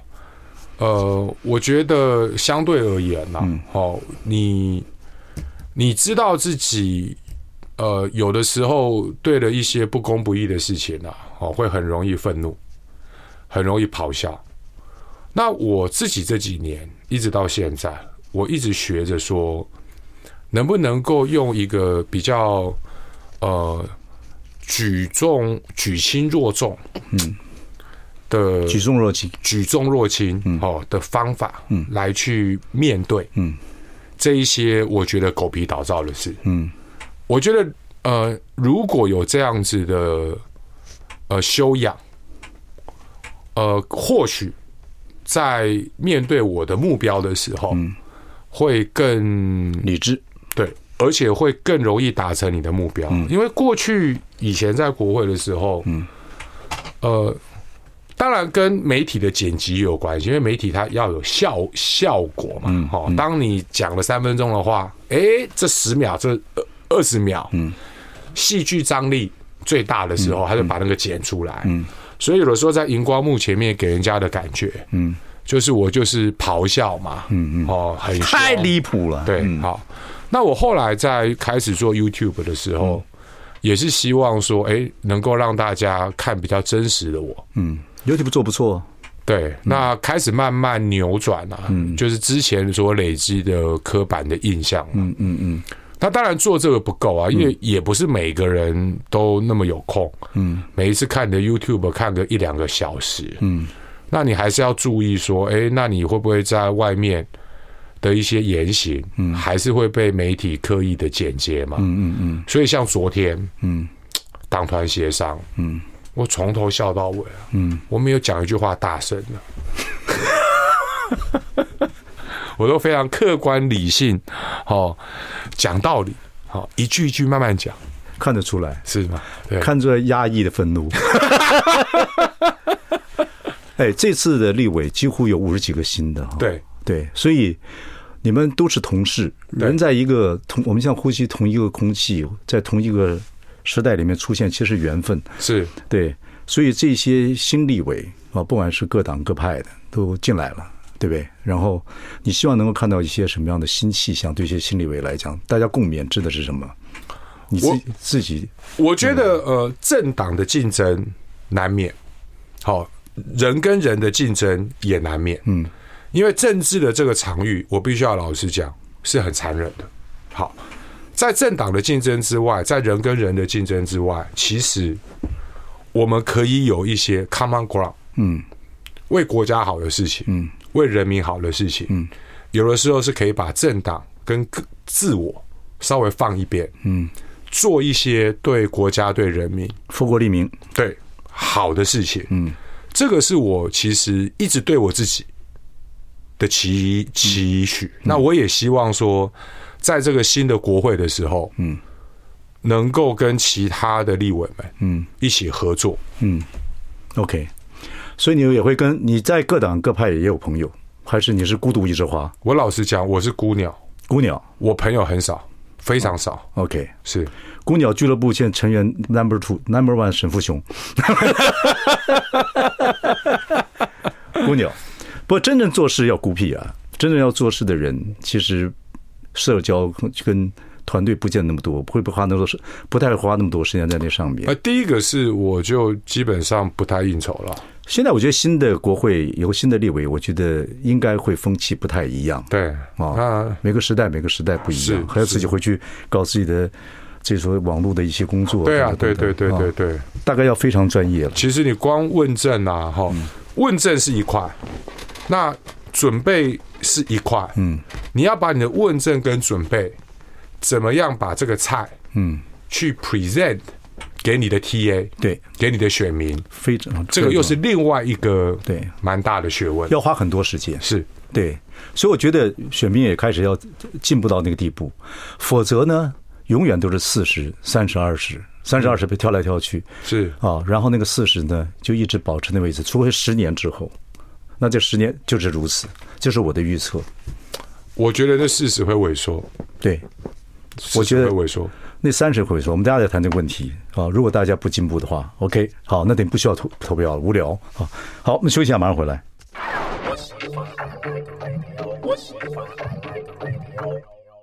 [SPEAKER 2] 呃，我觉得相对而言呐、哦，你你知道自己。呃，有的时候对了一些不公不义的事情啊，哦，会很容易愤怒，很容易咆哮。那我自己这几年一直到现在，我一直学着说，能不能够用一个比较呃举重举轻若重，嗯的
[SPEAKER 1] 举重若轻，
[SPEAKER 2] 举重若轻、哦的方法，嗯，来去面对，嗯，这一些我觉得狗皮倒灶的事，嗯，我觉得呃，如果有这样子的呃修养，呃，或许在面对我的目标的时候，会更
[SPEAKER 1] 理智，
[SPEAKER 2] 对，而且会更容易达成你的目标。因为过去以前在国会的时候，嗯，呃，当然跟媒体的剪辑有关系，因为媒体它要有效效果嘛。哦，当你讲了三分钟的话，诶，这十秒，这二十秒，嗯，戏剧张力最大的时候，他就把那个剪出来。嗯，所以有的时候在荧光幕前面给人家的感觉，嗯。就是我就是咆哮嘛，嗯嗯，哦，很凶
[SPEAKER 1] 太离谱了。嗯
[SPEAKER 2] 对，好。那我后来在开始做 YouTube 的时候，也是希望说，哎、能够让大家看比较真实的我。
[SPEAKER 1] 嗯，尤其不做不错，
[SPEAKER 2] 对，那开始慢慢扭转啊，就是之前所累积的刻板的印象。嗯嗯嗯。那当然做这个不够啊，因为也不是每个人都那么有空。嗯。每一次看你的 YouTube 看个一两个小时。嗯。那你还是要注意说，哎、那你会不会在外面的一些言行，嗯，还是会被媒体刻意的剪接嘛？嗯嗯嗯。所以像昨天，嗯，党团协商，嗯，我从头笑到尾啊。我没有讲一句话大声啊的， [laughs] 我都非常客观理性，哦，讲道理，好、哦，一句一句慢慢讲，
[SPEAKER 1] 看得出来，
[SPEAKER 2] 是吗？对，
[SPEAKER 1] 看出来压抑的愤
[SPEAKER 2] [laughs]
[SPEAKER 1] 怒。哎，这次的立委几乎有五十几个新的哈。
[SPEAKER 2] 对
[SPEAKER 1] 对，所以你们都是同事，
[SPEAKER 2] 对
[SPEAKER 1] 人在一个同我们像呼吸同一个空气，在同一个时代里面出现，其实缘分。
[SPEAKER 2] 是
[SPEAKER 1] 对，所以这些新立委啊，不管是各党各派的都进来了，对不对？然后你希望能够看到一些什么样的新气象？对一些新立委来讲，大家共勉指的是什么？你自
[SPEAKER 2] 我
[SPEAKER 1] 己自己
[SPEAKER 2] 我觉得呃，政党的竞争难免，好、人跟人的竞争也难免，嗯，因为政治的这个场域，我必须要老实讲，是很残忍的。好，在政党的竞争之外，在人跟人的竞争之外，其实我们可以有一些 common ground，嗯，为国家好的事情，嗯，为人民好的事情，嗯，有的时候是可以把政党跟个自我稍微放一边，嗯。做一些对国家、对人民、
[SPEAKER 1] 富国利民，
[SPEAKER 2] 对好的事情。嗯，这个是我其实一直对我自己的期期许。那我也希望说，在这个新的国会的时候，嗯，能够跟其他的立委们，嗯，一起合作。
[SPEAKER 1] OK，所以你也会跟你在各党各派也有朋友，还是你是孤独一枝花
[SPEAKER 2] 我老实讲，我是孤鸟，
[SPEAKER 1] 孤鸟
[SPEAKER 2] 我朋友很少，非常少。
[SPEAKER 1] ？OK，
[SPEAKER 2] 是
[SPEAKER 1] 孤鸟俱乐部现在成员 Number Two Number One 沈富雄， [laughs] 孤鸟。不过真正做事要孤僻啊，真正要做事的人，其实社交跟团队不见那么多，不会不花那么多时，不太会花那么多时间在那上面
[SPEAKER 2] 呃，。第一个是我就基本上不太应酬了。
[SPEAKER 1] 现在我觉得新的国会有新的立委，我觉得应该会风气不太一样。
[SPEAKER 2] 对，
[SPEAKER 1] 啊，每个时代每个时代不一
[SPEAKER 2] 是
[SPEAKER 1] 样，还要自己
[SPEAKER 2] 是
[SPEAKER 1] 回去搞自己的，这时候网络的一些工作。
[SPEAKER 2] 那对啊，
[SPEAKER 1] 等
[SPEAKER 2] 对
[SPEAKER 1] 等等
[SPEAKER 2] 对对
[SPEAKER 1] 等
[SPEAKER 2] 对
[SPEAKER 1] 啊
[SPEAKER 2] 对。
[SPEAKER 1] 大概要非常专业了。
[SPEAKER 2] 其实你光问政啊，哈、
[SPEAKER 1] 嗯
[SPEAKER 2] 问政是一块，那准备是一块，嗯，你要把你的问政跟准备，怎么样把这个菜，嗯，去 present 给你的 TA，
[SPEAKER 1] 对，
[SPEAKER 2] 给你的选民，
[SPEAKER 1] 非常
[SPEAKER 2] 这个又是另外一个
[SPEAKER 1] 对
[SPEAKER 2] 蛮大的学问。
[SPEAKER 1] 要花很多时间，
[SPEAKER 2] 是
[SPEAKER 1] 对，所以我觉得选民也开始要进步到那个地步，否则呢，永远都是四十、三十、二十、三十、二
[SPEAKER 2] 嗯
[SPEAKER 1] 十被跳来跳去
[SPEAKER 2] 是
[SPEAKER 1] 啊，然后那个四十呢，就一直保持那位置，除非十年之后，那这十年就是如此，这是我的预测。
[SPEAKER 2] 我觉得这事实会萎缩，
[SPEAKER 1] 对，我
[SPEAKER 2] 40
[SPEAKER 1] 觉得
[SPEAKER 2] 会萎缩。
[SPEAKER 1] 那三十回说，我们大家在谈这个问题啊。如果大家不进步的话，OK，好，那等于不需要投投票了，无聊啊。好，我们休息一下，马上回来。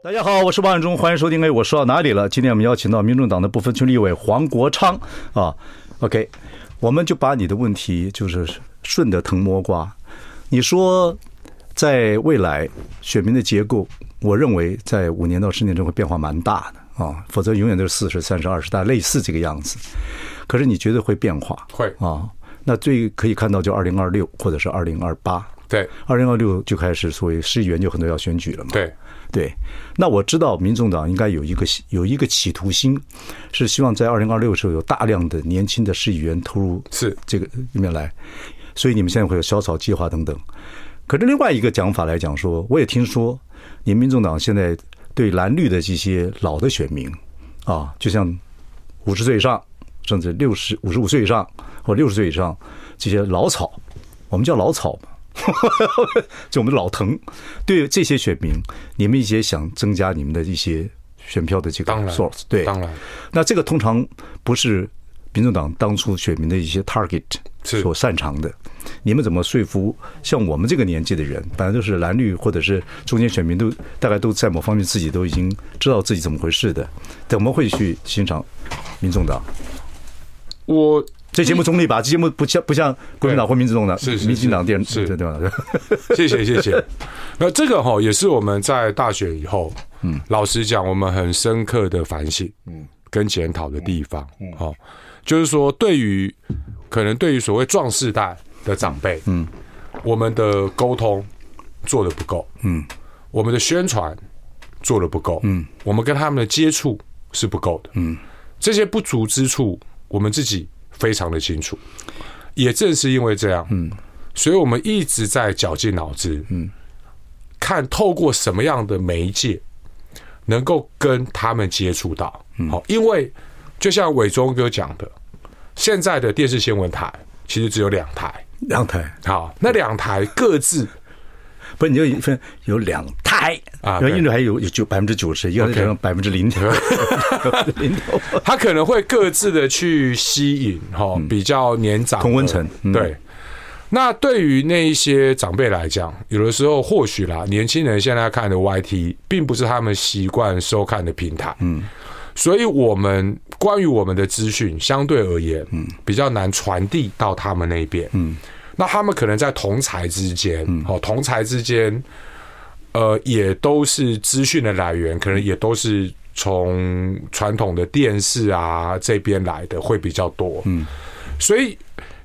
[SPEAKER 1] 大家好，我是王永忠，欢迎收听。哎，我说到哪里了？今天我们邀请到民众党的不分区立委黄国昌啊。OK，我们就把你的问题就是顺着藤摸瓜。你说，在未来选民的结构，我认为在五年到十年中会变化蛮大的啊，否则永远都是四十、三十、二十，大类似这个样子。可是你觉得会变化？
[SPEAKER 2] 会
[SPEAKER 1] 啊。那最可以看到就二零二六或者是二零二八。
[SPEAKER 2] 对
[SPEAKER 1] 二零二六就开始所谓市议员就很多要选举了嘛。
[SPEAKER 2] 对，
[SPEAKER 1] 对，那我知道民众党应该有一个有一个企图心，是希望在二零二六的时候有大量的年轻的市议员投入
[SPEAKER 2] 是
[SPEAKER 1] 这个里面来，所以你们现在会有小草计划等等。可是另外一个讲法来讲说，我也听说你们民众党现在对蓝绿的这些老的选民啊，就像五十岁以上，甚至六十五十五岁以上或六十岁以上这些老草，我们叫老草嘛， [laughs] 就我们老藤，对这些选民，你们一些想增加你们的一些选票的这个
[SPEAKER 2] 当然
[SPEAKER 1] source，对，
[SPEAKER 2] 当然
[SPEAKER 1] 那这个通常不是民主党当初选民的一些 target
[SPEAKER 2] 是
[SPEAKER 1] 所擅长的。你们怎么说服像我们这个年纪的人，本来都是蓝绿或者是中间选民都大概都在某方面自己都已经知道自己怎么回事的，怎么会去欣赏民众党？
[SPEAKER 2] 嗯我
[SPEAKER 1] 这节目中立吧，这节目不像不像国民党或民主党，
[SPEAKER 2] 是是
[SPEAKER 1] 民进党电
[SPEAKER 2] 是
[SPEAKER 1] 对对吧？
[SPEAKER 2] 谢谢谢谢。那这个哈、也是我们在大选以后，嗯，老实讲，我们很深刻的反省，嗯，跟检讨的地方，嗯，好、就是说对于可能对于所谓壮世代的长辈，嗯，我们的沟通做的不够，嗯，我们的宣传做的不够，嗯，我们跟他们的接触是不够的，嗯，这些不足之处，我们自己非常的清楚。也正是因为这样，嗯，所以我们一直在绞尽脑汁，嗯，看透过什么样的媒介能够跟他们接触到，好、因为就像伟忠哥讲的，现在的电视新闻台其实只有两台，
[SPEAKER 1] 两台
[SPEAKER 2] 好，那两台各自
[SPEAKER 1] 不是你就一分有两台
[SPEAKER 2] 啊
[SPEAKER 1] 然后
[SPEAKER 2] 对
[SPEAKER 1] 印度还有有九百分之九十，一个
[SPEAKER 2] OK
[SPEAKER 1] 是百分之零点零
[SPEAKER 2] [laughs]
[SPEAKER 1] 头。
[SPEAKER 2] 他可能会各自的去吸引哈、哦比较年长
[SPEAKER 1] 嗯
[SPEAKER 2] 的
[SPEAKER 1] 同温层嗯
[SPEAKER 2] 对。那对于那一些长辈来讲，有的时候或许啦，年轻人现在看的 YT 并不是他们习惯收看的平台，嗯，所以我们关于我们的资讯相对而言，嗯，比较难传递到他们那边，嗯，那他们可能在同才之间，
[SPEAKER 1] 嗯
[SPEAKER 2] 哦，同才之间，呃，也都是资讯的来源，可能也都是从传统的电视啊这边来的会比较多。嗯，所以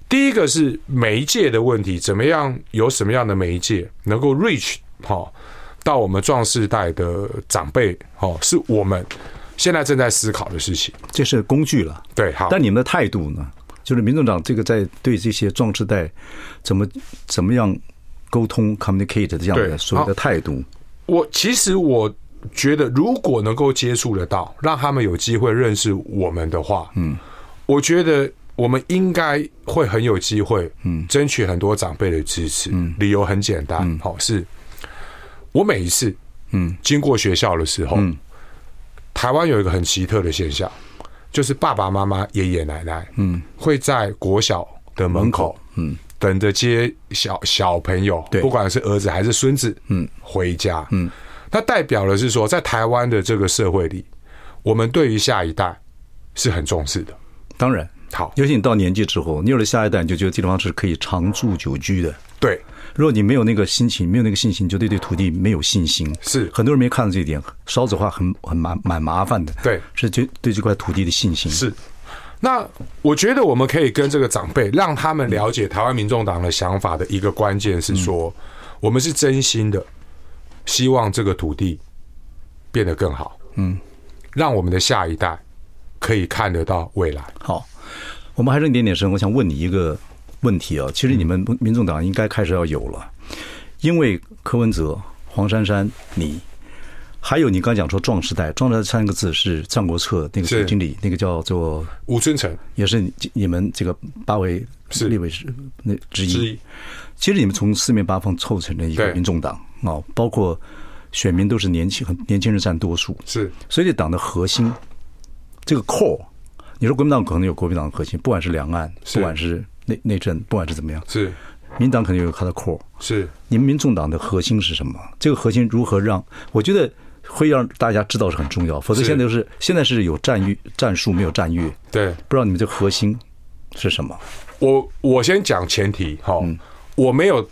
[SPEAKER 2] 第一个是媒介的问题，怎么样有什么样的媒介能够 reach 哈、到我们壮世代的长辈哦，是我们现在正在思考的事情。
[SPEAKER 1] 这是工具了。
[SPEAKER 2] 对，好，
[SPEAKER 1] 但你们的态度呢？就是民众党这个在对这些壮世代怎么怎么样沟通 communicate 的这样的
[SPEAKER 2] 对
[SPEAKER 1] 所谓的态度，
[SPEAKER 2] 我其实我觉得，如果能够接触得到，让他们有机会认识我们的话，嗯，我觉得我们应该会很有机会，嗯，争取很多长辈的支持。嗯，理由很简单，好、是我每一次，嗯，经过学校的时候，台湾有一个很奇特的现象，就是爸爸妈妈、爷爷奶奶，嗯，会在国小的门口，嗯，等着接小小朋友，
[SPEAKER 1] 对
[SPEAKER 2] 不管是儿子还是孙子，嗯，回家，嗯，那代表的是说，在台湾的这个社会里，我们对于下一代是很重视的。
[SPEAKER 1] 当然，
[SPEAKER 2] 好，
[SPEAKER 1] 尤其你到年纪之后，你有了下一代，你就觉得这地方是可以长住久居的。
[SPEAKER 2] 对，
[SPEAKER 1] 如果你没有那个心情，没有那个信心，你就对这土地没有信心。
[SPEAKER 2] 是
[SPEAKER 1] 很多人没看到这一点，少子化很很蛮蛮麻烦的。
[SPEAKER 2] 对
[SPEAKER 1] 是对对这块土地的信心。
[SPEAKER 2] 是。那我觉得我们可以跟这个长辈，让他们了解台湾民众党的想法的一个关键是说，我们是真心的希望这个土地变得更好，嗯，让我们的下一代可以看得到未来。
[SPEAKER 1] 好，我们还剩一点点时间，我想问你一个问题啊。其实你们
[SPEAKER 2] 嗯
[SPEAKER 1] 民众党应该开始要有了，因为柯文哲、黄珊珊、你，还有你刚讲说“壮士代”，“壮士代”三个字是战国策那个
[SPEAKER 2] 是
[SPEAKER 1] 总经理，那个叫做
[SPEAKER 2] 吴春成
[SPEAKER 1] 也是你你们这个八位
[SPEAKER 2] 是
[SPEAKER 1] 立委是那之一。
[SPEAKER 2] 之一，
[SPEAKER 1] 其实你们从四面八方凑成了一个
[SPEAKER 2] 对
[SPEAKER 1] 民众党啊，包括选民都是年轻，很年轻人占多数，
[SPEAKER 2] 是
[SPEAKER 1] 所以这党的核心，这个 core，你说国民党可能有国民党的核心，不管是两岸，
[SPEAKER 2] 是
[SPEAKER 1] 不管是内内政，不管是怎么样，
[SPEAKER 2] 是
[SPEAKER 1] 民党肯定有它的 core。
[SPEAKER 2] 是
[SPEAKER 1] 你们民众党的核心是什么？这个核心如何让？我觉得会让大家知道是很重要，否则
[SPEAKER 2] 是
[SPEAKER 1] 现在就是现在是有战略战术，没有战略，
[SPEAKER 2] 对。
[SPEAKER 1] 不知道你们这个核心是什么。
[SPEAKER 2] 我我先讲前提哈、
[SPEAKER 1] 嗯
[SPEAKER 2] 我没有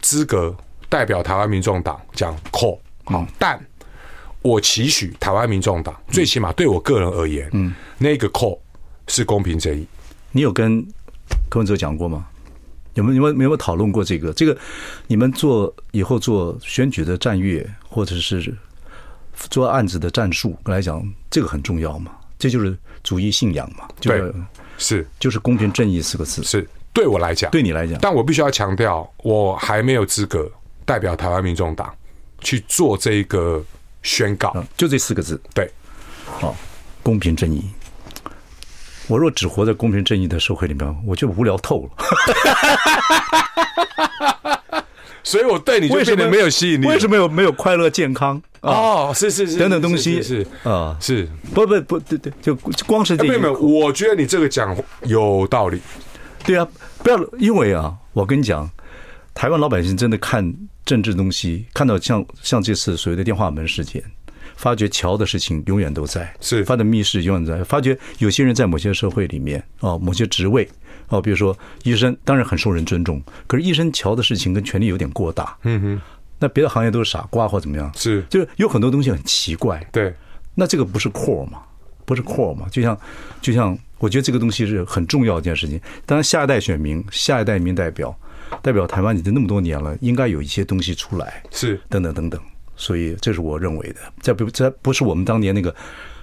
[SPEAKER 2] 资格代表台湾民众党讲 call 好、
[SPEAKER 1] 嗯
[SPEAKER 2] 但我期许台湾民众党、最起码对我个人而言，嗯，那个 call 是公平正义。
[SPEAKER 1] 你有跟柯文哲讲过吗？有没有有没有有没有讨论过这个？这个你们做以后做选举的战略，或者是做案子的战术来讲，这个很重要嘛？这就是主义信仰嘛？就是
[SPEAKER 2] 对是
[SPEAKER 1] 就是公平正义四个字。
[SPEAKER 2] 是，对我来讲，
[SPEAKER 1] 对你来讲，
[SPEAKER 2] 但我必须要强调，我还没有资格代表台湾民众党去做这个宣告。
[SPEAKER 1] 啊就这四个字，
[SPEAKER 2] 对，
[SPEAKER 1] 好、公平正义。我若只活在公平正义的社会里面，我就无聊透了。
[SPEAKER 2] 所以我对 [laughs] 你就变得没有吸引力。
[SPEAKER 1] 为什？么有没有快乐、健康啊、
[SPEAKER 2] 哦，是是是，
[SPEAKER 1] 等等东西
[SPEAKER 2] 是是是
[SPEAKER 1] 啊？
[SPEAKER 2] 是
[SPEAKER 1] 不不不，对对，就光是这
[SPEAKER 2] 哎
[SPEAKER 1] 一
[SPEAKER 2] 没有没有，我觉得你这个讲有道理，
[SPEAKER 1] 对啊，不要因为啊，我跟你讲，台湾老百姓真的看政治东西，看到像像这次所谓的电话门事件，发觉桥的事情永远都在，
[SPEAKER 2] 是
[SPEAKER 1] 发的密室永远在，发觉有些人在某些社会里面啊、某些职位啊、比如说医生，当然很受人尊重，可是医生桥的事情跟权力有点过大，嗯哼，那别的行业都是傻瓜或怎么样，
[SPEAKER 2] 是
[SPEAKER 1] 就是有很多东西很奇怪，
[SPEAKER 2] 对，
[SPEAKER 1] 那这个不是 core 嘛？不是 core 嘛？就像就像，我觉得这个东西是很重要的一件事情。当然，下一代选民、下一代民代表，代表台湾已经那么多年了，应该有一些东西出来，
[SPEAKER 2] 是
[SPEAKER 1] 等等等等。所以，这是我认为的。这不这不是我们当年那个，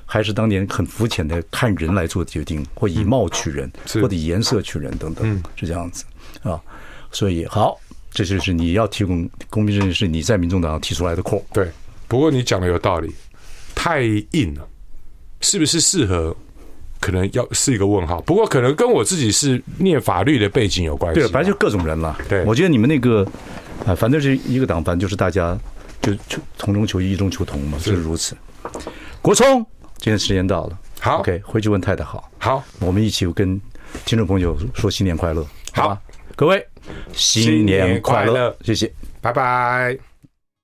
[SPEAKER 1] 还是当年很肤浅的看人来做决定，或以貌取人，
[SPEAKER 2] 是
[SPEAKER 1] 或者以颜色取人等等，是这样子啊。所以，好，这就是你要提供公平正义，是你在民众党上提出来的 core。
[SPEAKER 2] 对。不过你讲的有道理，太硬了，是不是适合？可能要是一个问号。不过可能跟我自己是念法律的背景有关系
[SPEAKER 1] 对
[SPEAKER 2] 吧。，
[SPEAKER 1] 反正就各种人了。
[SPEAKER 2] 对
[SPEAKER 1] 我觉得你们那个，啊、反正是一个党，反正就是大家就就同中求异，异中求同嘛，就是如此。国聪，今天时间到了，
[SPEAKER 2] 好
[SPEAKER 1] ，OK，回去问太太好，
[SPEAKER 2] 好，
[SPEAKER 1] 我们一起跟听众朋友说新年快乐，
[SPEAKER 2] 好
[SPEAKER 1] 吧，各位新
[SPEAKER 2] 新年快乐
[SPEAKER 1] 谢谢。
[SPEAKER 2] 拜拜。